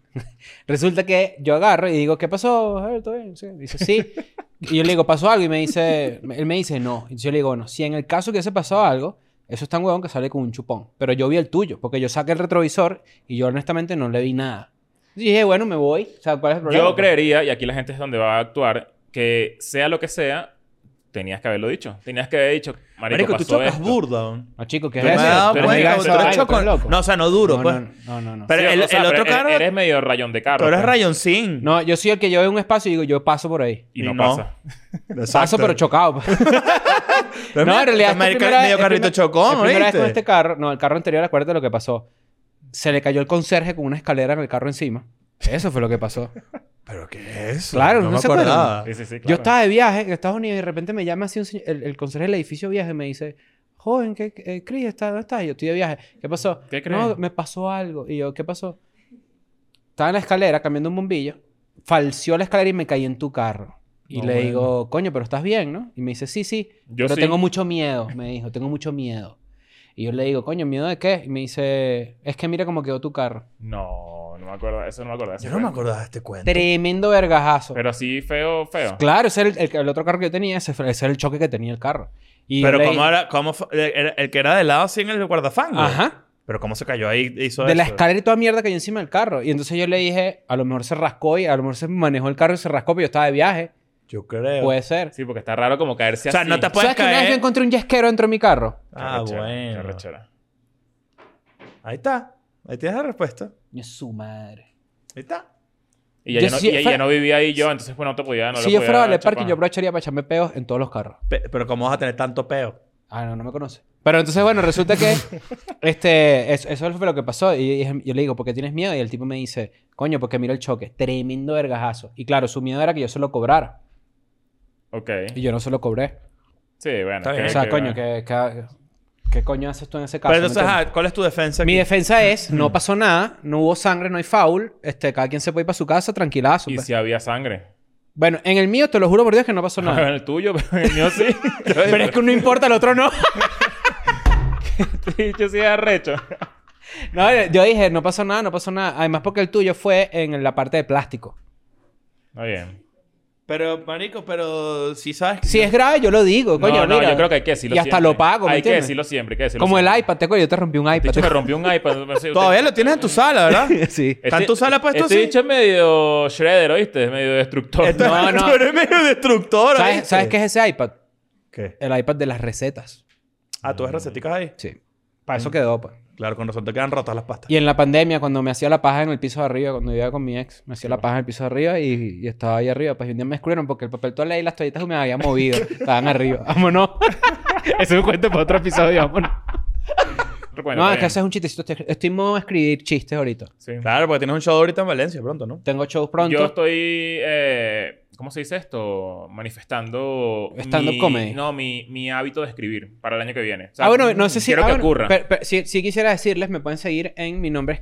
Speaker 2: resulta que yo agarro y digo, ¿qué pasó? Javier? ¿Todo bien? Sí. Dice, sí. y yo le digo, ¿pasó algo? Y me dice, él me dice, no. Y yo le digo, bueno, si en el caso que hubiese pasado algo, eso es tan huevón que sale con un chupón. Pero yo vi el tuyo, porque yo saqué el retrovisor y yo honestamente no le vi nada. Y dije, bueno, me voy. O sea, ¿cuál es el problema?
Speaker 1: Yo creería, y aquí la gente es donde va a actuar, que sea lo que sea, tenías que haberlo dicho. Tenías que haber dicho, marico,
Speaker 3: Marico, tú
Speaker 1: pasó
Speaker 3: chocas
Speaker 1: esto.
Speaker 3: burda. weón.
Speaker 2: No, Ah, chico, ¿qué
Speaker 3: Yo me
Speaker 2: es
Speaker 3: he dado
Speaker 1: pero
Speaker 3: cuenta,
Speaker 1: diga
Speaker 3: weón,
Speaker 1: eso,
Speaker 3: tú
Speaker 1: ay,
Speaker 3: chocas con- No, o sea, no duro,
Speaker 2: no,
Speaker 3: pues.
Speaker 2: no, no, no, no.
Speaker 3: Pero
Speaker 1: Sí,
Speaker 3: el,
Speaker 1: o sea,
Speaker 3: el
Speaker 1: pero
Speaker 3: otro
Speaker 1: eres-
Speaker 3: carro...
Speaker 1: Eres medio rayón de carro.
Speaker 3: Tú eres
Speaker 1: pues.
Speaker 3: rayoncín.
Speaker 2: No, yo soy el que yo veo un espacio y digo, yo paso por ahí.
Speaker 1: Y no,
Speaker 3: Y no.
Speaker 1: pasa.
Speaker 2: Paso, pero chocado. pues.
Speaker 3: Pero
Speaker 2: No,
Speaker 3: mira,
Speaker 2: en realidad.
Speaker 3: este
Speaker 2: es
Speaker 3: marica-
Speaker 2: primera-
Speaker 3: medio
Speaker 2: es
Speaker 3: carrito
Speaker 2: primer- es
Speaker 3: chocón,
Speaker 2: primera vez con
Speaker 3: ¿viste?
Speaker 2: este carro. No, el carro anterior, acuérdate lo que pasó. Se le cayó el conserje con una escalera en el carro encima. Eso fue lo que pasó.
Speaker 3: ¿Pero qué es eso?
Speaker 2: Claro,
Speaker 3: no
Speaker 2: ¿no
Speaker 3: me
Speaker 2: se acuerdan?
Speaker 3: acordaba.
Speaker 1: Sí, sí, sí, claro.
Speaker 2: Yo estaba de viaje en Estados Unidos y de repente me llama así un señor- el, el conserje del edificio viejo y me dice, joven, ¿qué, eh, Chris, está, ¿dónde estás? Y Yo estoy de viaje. ¿Qué pasó?
Speaker 1: ¿Qué crees?
Speaker 2: no, me pasó algo. Y yo, ¿qué pasó? Estaba en la escalera cambiando un bombillo, falseó la escalera y me caí en tu carro. Y
Speaker 3: No,
Speaker 2: le
Speaker 3: bueno.
Speaker 2: digo, coño, pero estás bien, ¿no? Y me dice, sí, sí,
Speaker 1: Yo
Speaker 2: pero
Speaker 1: sí.
Speaker 2: tengo mucho miedo, me dijo, tengo mucho miedo. Y yo le digo, coño, ¿miedo de qué? Y me dice, es que mira cómo quedó tu carro.
Speaker 1: No, no me acuerdo. Eso no me acuerdo. Eso
Speaker 3: Yo no me
Speaker 1: fue-
Speaker 3: acordaba de este cuento.
Speaker 2: Tremendo vergajazo.
Speaker 1: Pero así feo, feo.
Speaker 2: Claro, ese era el, el- el otro carro que yo tenía, ese, fue- ese era el choque que tenía el carro. Y yo
Speaker 3: Pero
Speaker 2: le-
Speaker 3: cómo era... Cómo fue- era- el que era de lado así en el guardafango.
Speaker 2: Ajá.
Speaker 3: Pero cómo se cayó ahí hizo
Speaker 2: De la
Speaker 3: eso?
Speaker 2: escalera y toda mierda cayó encima del carro. Y entonces yo le dije, a lo mejor se rascó y a lo mejor se manejó el carro y se rascó, pero yo estaba de viaje.
Speaker 3: Yo creo.
Speaker 2: Puede ser.
Speaker 1: Sí, porque está raro como caerse
Speaker 3: O sea,
Speaker 1: así.
Speaker 3: no te
Speaker 1: Qué
Speaker 3: puedes
Speaker 2: ¿Sabes que una vez
Speaker 3: caer?
Speaker 2: yo encontré un yesquero dentro de mi carro?
Speaker 3: Ah,
Speaker 1: arrechera, qué
Speaker 3: bueno.
Speaker 1: arrechera.
Speaker 3: Ahí está. Ahí tienes la respuesta.
Speaker 2: Yo, su madre.
Speaker 3: Ahí está.
Speaker 1: Y ya
Speaker 2: Yo
Speaker 1: yo no,
Speaker 2: si
Speaker 1: y ya-
Speaker 2: fuera-
Speaker 1: ya no vivía ahí yo, entonces pues no te podía... No le
Speaker 2: si yo
Speaker 1: podía
Speaker 2: fuera a Vale
Speaker 1: echar
Speaker 2: Parking,
Speaker 1: paja.
Speaker 2: yo aprovecharía para echarme peos en todos los carros.
Speaker 3: Pe- pero cómo vas a tener tanto peo.
Speaker 2: Ah, no, no me conoce. Pero entonces, bueno, resulta que este, es- eso fue lo que pasó. Y y yo le digo, ¿por qué tienes miedo? Y el tipo me dice, coño, porque mira el choque. Tremendo vergajazo. Y claro, su miedo era que yo se lo cobrara.
Speaker 1: Ok.
Speaker 2: Y yo no se lo cobré.
Speaker 1: Sí, bueno.
Speaker 3: Está
Speaker 1: que-
Speaker 3: bien.
Speaker 2: o sea,
Speaker 1: que-
Speaker 2: coño, ¿qué, qué, qué coño haces tú en ese caso?
Speaker 3: Pero
Speaker 2: ¿Me
Speaker 3: entonces, ah,
Speaker 2: entiendes?
Speaker 3: ajá, ¿cuál es tu defensa aquí?
Speaker 2: Mi defensa es, no pasó nada, no hubo sangre, no hay foul. Este, cada quien se puede ir para su casa, tranquilazo.
Speaker 1: Y
Speaker 2: pues.
Speaker 1: si había sangre.
Speaker 2: Bueno, en el mío, te lo juro por Dios que no pasó
Speaker 1: No.
Speaker 3: Ah.
Speaker 2: nada.
Speaker 1: en el tuyo, pero en el mío sí.
Speaker 2: Pero es que uno importa, el otro no.
Speaker 1: Yo sí arrecho.
Speaker 2: No, yo dije, no pasó nada, no pasó nada. Además, porque el tuyo fue en la parte de plástico.
Speaker 1: Está bien.
Speaker 3: Pero, marico, pero si sabes...
Speaker 2: Si es grave, yo lo digo, coño.
Speaker 1: no, no,
Speaker 2: mira.
Speaker 1: yo creo que hay que decirlo
Speaker 2: Y hasta
Speaker 1: siempre.
Speaker 2: lo pago, ¿me
Speaker 1: Hay que
Speaker 2: entiendes?
Speaker 1: decirlo siempre, hay que decirlo
Speaker 2: Como el
Speaker 1: siempre.
Speaker 2: iPad, te acuerdas, yo te rompí un
Speaker 1: Este
Speaker 2: iPad.
Speaker 1: dicho me rompió un iPad. no sé,
Speaker 3: Todavía
Speaker 1: usted-
Speaker 3: lo tienes en tu sala, ¿verdad?
Speaker 2: sí.
Speaker 3: ¿Está en
Speaker 1: Este-
Speaker 3: tu sala puesto
Speaker 1: Este
Speaker 3: así?
Speaker 1: dicho es medio shredder, ¿oíste? Es medio destructor.
Speaker 3: Esto-
Speaker 2: No, no.
Speaker 3: Tú eres medio destructor,
Speaker 2: ¿Sabes,
Speaker 3: ¿oíste?
Speaker 2: ¿Sabes qué es ese iPad?
Speaker 4: ¿Qué?
Speaker 2: El iPad de las recetas.
Speaker 3: Ah,
Speaker 1: Mm.
Speaker 3: ¿tú ves receticas ahí?
Speaker 2: Sí. Para eso quedó, pues.
Speaker 3: Claro, con razón te quedan rotas las pastas.
Speaker 2: Y en la pandemia, cuando me hacía la paja en el piso de arriba, cuando vivía con mi ex, me hacía la paja en el piso de arriba y, y estaba ahí arriba. Pues y un día me descubrieron porque el papel toalla y las toallitas me habían movido. Estaban arriba. Vámonos. eso es un cuento para otro episodio, vámonos.
Speaker 1: Bueno,
Speaker 2: no, es
Speaker 1: está
Speaker 2: que
Speaker 1: bien.
Speaker 2: haces un chistecito. Estoy, estoy en modo escribir chistes ahorita.
Speaker 1: Sí.
Speaker 3: Claro, porque tienes un show ahorita en Valencia pronto, ¿no?
Speaker 2: Tengo shows pronto.
Speaker 1: Yo estoy, eh, ¿cómo se dice esto? Manifestando...
Speaker 2: Stand-up
Speaker 1: mi-
Speaker 2: comedy.
Speaker 1: No, mi, mi hábito de escribir para el año que viene. O sea, mm,
Speaker 2: ah, bueno, no sé si...
Speaker 1: Quiero
Speaker 2: ah,
Speaker 1: que
Speaker 2: bueno,
Speaker 1: ocurra.
Speaker 2: pero- pero si, si quisiera decirles, me pueden seguir en mi nombre es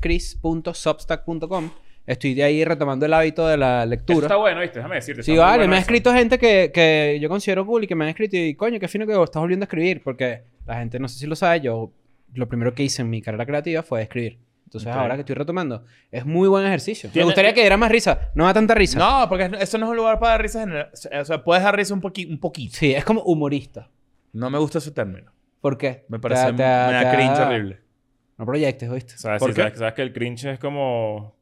Speaker 2: chris.substack.com. Estoy de ahí retomando el hábito de la
Speaker 1: Eso está
Speaker 2: lectura.
Speaker 1: bueno, ¿viste? Déjame decirte.
Speaker 2: Sí,
Speaker 1: está muy
Speaker 2: vale.
Speaker 1: bueno
Speaker 2: me ha
Speaker 1: eso.
Speaker 2: escrito gente que, que yo considero cool y que me han escrito y coño, qué fino que estás volviendo a escribir. Porque la gente, no sé si lo sabe, yo lo primero que hice en mi carrera creativa fue escribir. Entonces,
Speaker 1: Ok.
Speaker 2: ahora que estoy retomando, es muy buen ejercicio. Me
Speaker 3: Tiene-
Speaker 2: gustaría que diera más risa. No da tanta risa.
Speaker 3: No, porque eso no es un lugar para dar risas general. O sea, puedes dar risa un, poqui- un poquito.
Speaker 2: Sí, es como humorista.
Speaker 3: No me gusta ese término.
Speaker 2: ¿Por qué?
Speaker 3: Me parece...
Speaker 2: Te-
Speaker 3: me
Speaker 2: te- te-
Speaker 3: da cringe horrible.
Speaker 2: No proyectes, ¿oíste?
Speaker 1: ¿Sabes?
Speaker 3: ¿Por
Speaker 1: Sí,
Speaker 3: qué?
Speaker 1: sabes- sabes que el cringe es como...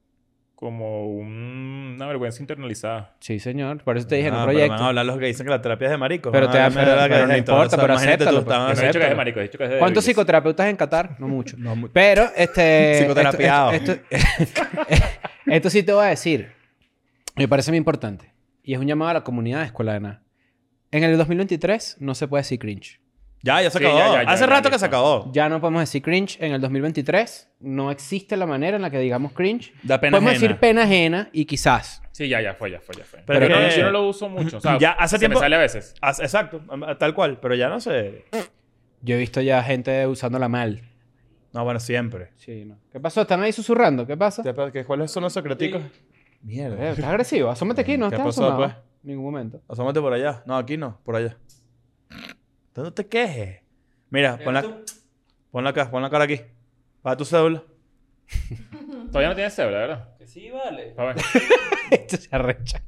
Speaker 1: Como un- una vergüenza internalizada.
Speaker 2: Sí, señor. Por eso te dije,
Speaker 3: Ah,
Speaker 2: no
Speaker 3: pero
Speaker 2: proyectes.
Speaker 3: van a hablar los que dicen que la terapia es de maricos.
Speaker 2: Pero
Speaker 3: Van a
Speaker 2: te da-
Speaker 3: hablar
Speaker 2: pero-
Speaker 3: de la
Speaker 2: pero no
Speaker 3: gaceta.
Speaker 2: importa, pero
Speaker 3: imagínate tú,
Speaker 2: acéptalo, pues.
Speaker 1: No
Speaker 3: estabas-
Speaker 1: he dicho que es de
Speaker 2: Acéptalo.
Speaker 1: marico, he dicho que es de
Speaker 2: ¿Cuántos
Speaker 1: débiles.
Speaker 2: psicoterapeutas en Qatar? No mucho.
Speaker 3: No, mu-
Speaker 2: Pero, este...
Speaker 3: Psicoterapiado.
Speaker 2: Esto, esto- esto- esto sí te voy a decir. Me parece muy importante. Y es un llamado a la comunidad de Escuela de Nada. En el 2023 no se puede decir cringe.
Speaker 3: Ya, ya se
Speaker 1: Sí,
Speaker 3: acabó.
Speaker 1: ya, ya, ya,
Speaker 3: Hace
Speaker 1: ya,
Speaker 3: rato que
Speaker 1: listo.
Speaker 3: se acabó.
Speaker 2: Ya no podemos decir cringe. En el 2023 no existe la manera en la que digamos cringe.
Speaker 3: Da pena
Speaker 2: podemos
Speaker 3: ajena.
Speaker 2: decir pena ajena y quizás.
Speaker 1: Sí, ya, ya fue, ya fue, ya fue.
Speaker 3: Pero
Speaker 1: Pero,
Speaker 3: que-
Speaker 1: no, yo no lo uso mucho. O sea,
Speaker 3: Ya, hace
Speaker 1: se
Speaker 3: tiempo-
Speaker 1: me sale a veces.
Speaker 3: Ah, Exacto, ah, tal cual. Pero ya no sé.
Speaker 2: Yo he visto ya gente usándola mal.
Speaker 3: No, bueno, siempre.
Speaker 2: Sí, no. ¿Qué pasó? ¿Están ahí susurrando? ¿Qué pasa?
Speaker 3: ¿Te acuerdas que- ¿Cuáles son los socráticos?
Speaker 2: Eh,
Speaker 3: Mierda.
Speaker 2: Estás agresivo. Asómate aquí. No
Speaker 3: ¿Qué
Speaker 2: estás
Speaker 3: pasó,
Speaker 2: asomado.
Speaker 3: pues?
Speaker 2: En ningún momento.
Speaker 3: Asómate por allá. No, aquí no, por allá. Entonces no te quejes. Mira, pon la, ponla acá, pon la cara aquí. Para tu cédula.
Speaker 1: Todavía no tienes cédula, ¿verdad? Que sí, vale. A ver.
Speaker 2: Esto se arrecha.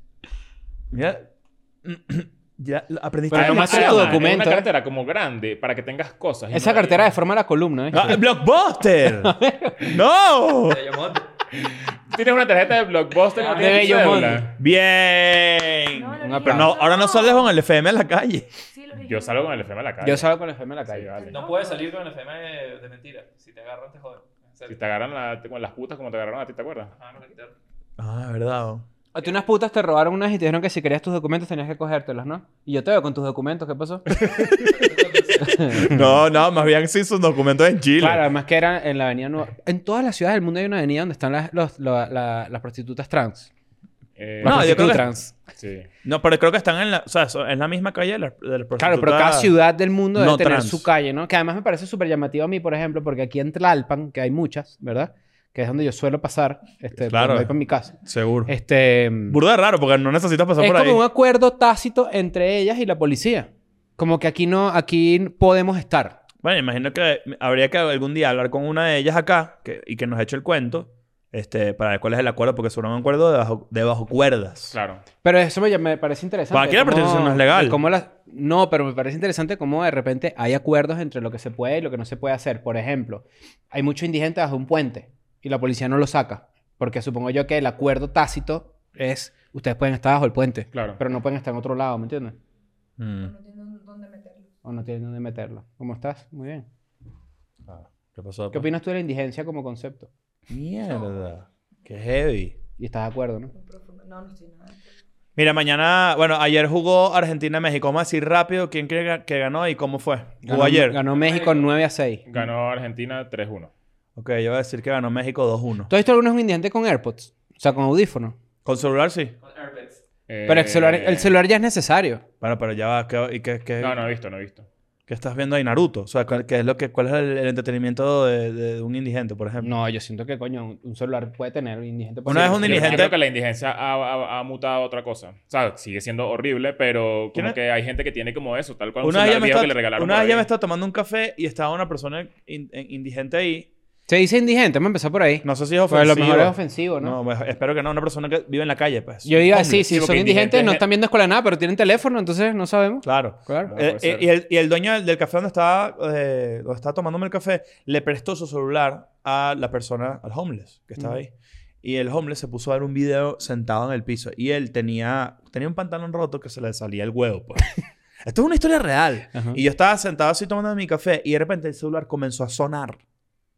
Speaker 3: Mira. ya lo- aprendiste.
Speaker 2: Pero
Speaker 1: Ah,
Speaker 2: no
Speaker 1: es
Speaker 2: nomás
Speaker 1: una-
Speaker 2: es tu
Speaker 1: ah, es
Speaker 2: documento,
Speaker 1: una
Speaker 2: ¿eh?
Speaker 1: cartera como grande para que tengas cosas. y
Speaker 2: Esa
Speaker 1: no-
Speaker 2: cartera deforma la columna, ¿eh?
Speaker 3: Ah, ¡eh, ¡Blockbuster! ¡No!
Speaker 1: Tienes una tarjeta de Blockbuster y no
Speaker 2: De
Speaker 1: tienes tu
Speaker 2: Bellomonte.
Speaker 1: cédula.
Speaker 3: ¡Bien!
Speaker 5: No, lo
Speaker 2: Un
Speaker 5: original.
Speaker 2: aplauso.
Speaker 3: Pero no, ahora no sales con el FM a la calle.
Speaker 5: Sí, lo original.
Speaker 1: Yo salgo con el FM a la calle.
Speaker 2: Yo salgo con el FM a la
Speaker 1: Sí,
Speaker 2: calle.
Speaker 1: vale.
Speaker 6: No puedes salir con el FM de, de mentira. Si te agarran, te joden. En
Speaker 1: Si
Speaker 6: serio.
Speaker 1: te agarran la- con las putas como te agarraron a ti, ¿te acuerdas?
Speaker 6: Ajá, no la quitaron.
Speaker 3: Ah, verdad. bo.
Speaker 2: A ti unas putas te robaron unas y te dijeron que si querías tus documentos tenías que cogértelos, ¿no? Y yo te veo con tus documentos, ¿qué pasó?
Speaker 3: No, no, más bien sí sus documentos en Chile.
Speaker 2: claro, además que eran en la avenida nueva. En todas las ciudades del mundo hay una avenida donde están las, los- la- la- las prostitutas trans.
Speaker 1: Eh,
Speaker 2: Las
Speaker 3: No, yo creo
Speaker 2: prostitutas
Speaker 3: que-
Speaker 2: trans.
Speaker 1: Sí.
Speaker 3: No, pero creo que están en la, o sea, so- en la misma calle de las, de las
Speaker 2: Claro, pero
Speaker 3: prostitutas.
Speaker 2: cada ciudad del mundo debe
Speaker 3: no
Speaker 2: tener
Speaker 3: trans.
Speaker 2: su calle, ¿no? Que además me parece súper llamativo a mí, por ejemplo, porque aquí en Tlalpan, que hay muchas, ¿verdad? Que es donde yo suelo pasar, este,
Speaker 3: Claro.
Speaker 2: cuando voy para mi casa.
Speaker 3: Seguro.
Speaker 2: Este...
Speaker 3: Burda de raro porque no necesitas pasar
Speaker 2: es
Speaker 3: por
Speaker 2: como
Speaker 3: ahí.
Speaker 2: un acuerdo tácito entre ellas y la policía. Como que aquí no, aquí podemos estar.
Speaker 3: Bueno, imagino que habría que algún día hablar con una de ellas acá que- y que nos eche el cuento este, para ver cuál es el acuerdo, porque suena un acuerdo de bajo, de bajo cuerdas.
Speaker 1: Claro.
Speaker 2: Pero eso me, me parece interesante.
Speaker 3: Para aquí la
Speaker 2: cómo-
Speaker 3: prostitución no es legal.
Speaker 2: de cómo las- no, pero me parece interesante cómo de repente hay acuerdos entre lo que se puede y lo que no se puede hacer. Por ejemplo, hay muchos indigentes bajo un puente y la policía no lo saca. Porque supongo yo que el acuerdo tácito es ustedes pueden estar bajo el puente,
Speaker 1: Claro.
Speaker 2: pero no pueden estar en otro lado, ¿me entiendes?
Speaker 3: Mm.
Speaker 5: No tienen dónde meterlo.
Speaker 2: O no tienen dónde meterlo. ¿Cómo estás? Muy bien.
Speaker 3: ¿Qué pasó?
Speaker 2: ¿Qué opinas tú de la indigencia como concepto?
Speaker 3: Mierda. Qué heavy.
Speaker 2: Y estás de acuerdo, ¿no?
Speaker 5: Muy profundo. No, no estoy nada. de acuerdo.
Speaker 3: Mira, mañana, bueno, ayer jugó Argentina-México. Vamos a decir rápido quién cree ga- que ganó y cómo fue. Jugó
Speaker 2: Ganó,
Speaker 3: ayer.
Speaker 2: ganó México 9 a 6.
Speaker 1: Ganó Argentina 3-1.
Speaker 3: Ok, yo voy a decir que ganó México 2-1.
Speaker 2: ¿Tú has visto algunos indigentes con AirPods? O sea, con audífonos.
Speaker 3: ¿Con celular sí?
Speaker 6: Con Airbags.
Speaker 1: Eh,
Speaker 2: Pero el celular, el celular ya es necesario.
Speaker 3: Bueno, pero ya va. ¿qué, ¿Y qué, qué,
Speaker 1: No, no he visto, no he visto.
Speaker 3: qué estás viendo ahí, Naruto? O sea, ¿cuál, qué es lo que, cuál es el, el entretenimiento de, de un indigente, por ejemplo?
Speaker 2: No, yo siento que, coño, un- un celular puede tener un indigente. puede
Speaker 3: Una
Speaker 2: ser-
Speaker 3: vez un
Speaker 1: Yo- yo
Speaker 3: indigente-
Speaker 1: creo que la indigencia ha, ha- ha mutado a otra cosa. O sea, sigue siendo horrible, pero
Speaker 3: ¿Quién
Speaker 1: como
Speaker 3: es?
Speaker 1: que hay gente que tiene como eso, tal cual un
Speaker 3: Una vez,
Speaker 1: celular
Speaker 3: ya me
Speaker 1: viejo
Speaker 3: estaba,
Speaker 1: que le regalaron.
Speaker 3: una
Speaker 1: por
Speaker 3: vez ya
Speaker 1: ahí.
Speaker 3: me estaba tomando un café y estaba una persona in- in- indigente ahí.
Speaker 2: Se dice indigente, vamos a empezar por ahí.
Speaker 3: No sé si es
Speaker 2: Pues a
Speaker 3: ofensivo.
Speaker 2: lo mejor es ofensivo, ¿no?
Speaker 3: No, pues, espero que no. Una persona que vive en la calle, pues.
Speaker 2: Yo iba sí,
Speaker 1: homeless.
Speaker 2: si
Speaker 1: Sí,
Speaker 2: son
Speaker 1: porque
Speaker 2: indigentes,
Speaker 1: indigentes-
Speaker 2: no están viendo escuela de nada, pero tienen teléfono, entonces no sabemos.
Speaker 3: Claro.
Speaker 2: Claro.
Speaker 1: puede
Speaker 3: Eh, eh,
Speaker 1: ser.
Speaker 3: y, el, y el dueño del, del café donde estaba, eh, donde estaba tomándome el café le prestó su celular a la persona, al homeless que estaba
Speaker 2: Mm.
Speaker 3: ahí. Y el homeless se puso a ver un video sentado en el piso. Y él tenía, tenía un pantalón roto que se le salía el huevo. pues. Esto es una historia real.
Speaker 2: Ajá.
Speaker 3: Y yo estaba sentado así tomando mi café y de repente el celular comenzó a sonar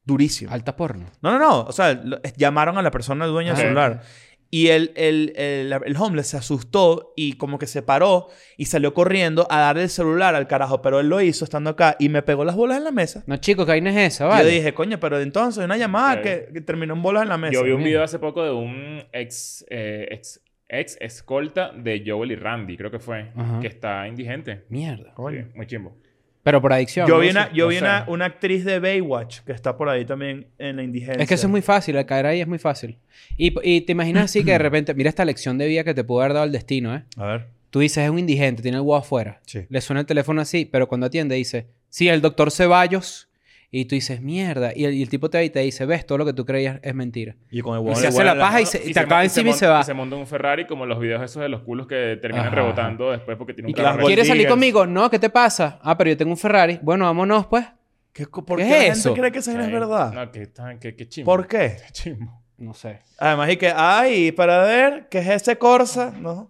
Speaker 3: durísimo.
Speaker 2: Alta porno.
Speaker 3: No, no, no. O sea, lo- llamaron a la persona dueña
Speaker 1: Ah,
Speaker 3: del celular. Y el, el, el, el homeless se asustó y como que se paró y salió corriendo a darle el celular al carajo. Pero él lo hizo estando acá y me pegó las bolas en la mesa.
Speaker 2: No, chicos, que ahí no es esa,
Speaker 3: Y
Speaker 2: Ah, ¿vale?
Speaker 3: Yo dije, coño, pero entonces una llamada
Speaker 1: Ok.
Speaker 3: que, que terminó en bolas en la mesa.
Speaker 1: Yo vi un
Speaker 2: mierda.
Speaker 1: video hace poco de un ex, eh, ex, ex escolta de Joel y Randy, creo que fue,
Speaker 2: Ajá.
Speaker 1: que está indigente.
Speaker 2: Mierda.
Speaker 1: Sí, muy chimbo.
Speaker 2: Pero por adicción.
Speaker 3: Yo
Speaker 2: ¿no?
Speaker 3: vi,
Speaker 2: Eso-
Speaker 3: una, yo
Speaker 1: no
Speaker 3: vi
Speaker 1: sé.
Speaker 3: una, una actriz de Baywatch que está por ahí también en la indigencia.
Speaker 2: Es que eso es muy fácil, al caer ahí es muy fácil. Y, y te imaginas así que de repente, mira esta lección de vida que te pudo haber dado el destino, ¿eh?
Speaker 3: A ver.
Speaker 2: Tú dices, es un indigente, tiene el huevo afuera.
Speaker 3: Sí.
Speaker 2: Le suena el teléfono así, pero cuando atiende dice, sí, el doctor Ceballos. Y tú dices, mierda. Y el, y el tipo te, te dice, ves, todo lo que tú creías es mentira.
Speaker 3: Y con el
Speaker 2: Y
Speaker 3: huevo
Speaker 2: se
Speaker 3: en
Speaker 2: hace
Speaker 3: bola
Speaker 2: la
Speaker 3: en
Speaker 2: paja y
Speaker 1: No,
Speaker 2: se, y te acaba
Speaker 1: mon-
Speaker 2: encima y
Speaker 1: mon-
Speaker 2: se va.
Speaker 1: se monta en un Ferrari como los videos esos de los culos que terminan
Speaker 2: Ajá,
Speaker 1: rebotando después porque tiene un
Speaker 2: Y que,
Speaker 1: carro
Speaker 3: las
Speaker 1: re-
Speaker 2: ¿Quieres salir
Speaker 3: Diggers.
Speaker 2: conmigo? No, ¿qué te pasa? Ah, pero yo tengo un Ferrari. Bueno, vámonos, pues.
Speaker 3: ¿Qué, co- ¿Por
Speaker 2: ¿Qué
Speaker 3: qué,
Speaker 2: es
Speaker 3: la gente
Speaker 2: eso?
Speaker 3: cree que esa vaina es
Speaker 1: Ay,
Speaker 3: verdad?
Speaker 1: No, que, tan- que, que chimbo.
Speaker 3: ¿Por qué?
Speaker 1: Qué chimbo.
Speaker 2: No sé.
Speaker 3: Además, y que, ay, para ver, ¿qué es ese Corsa? No.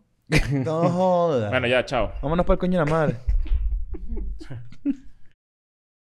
Speaker 3: No joda.
Speaker 1: Bueno, ya, chao.
Speaker 3: Vámonos para el coño de la madre.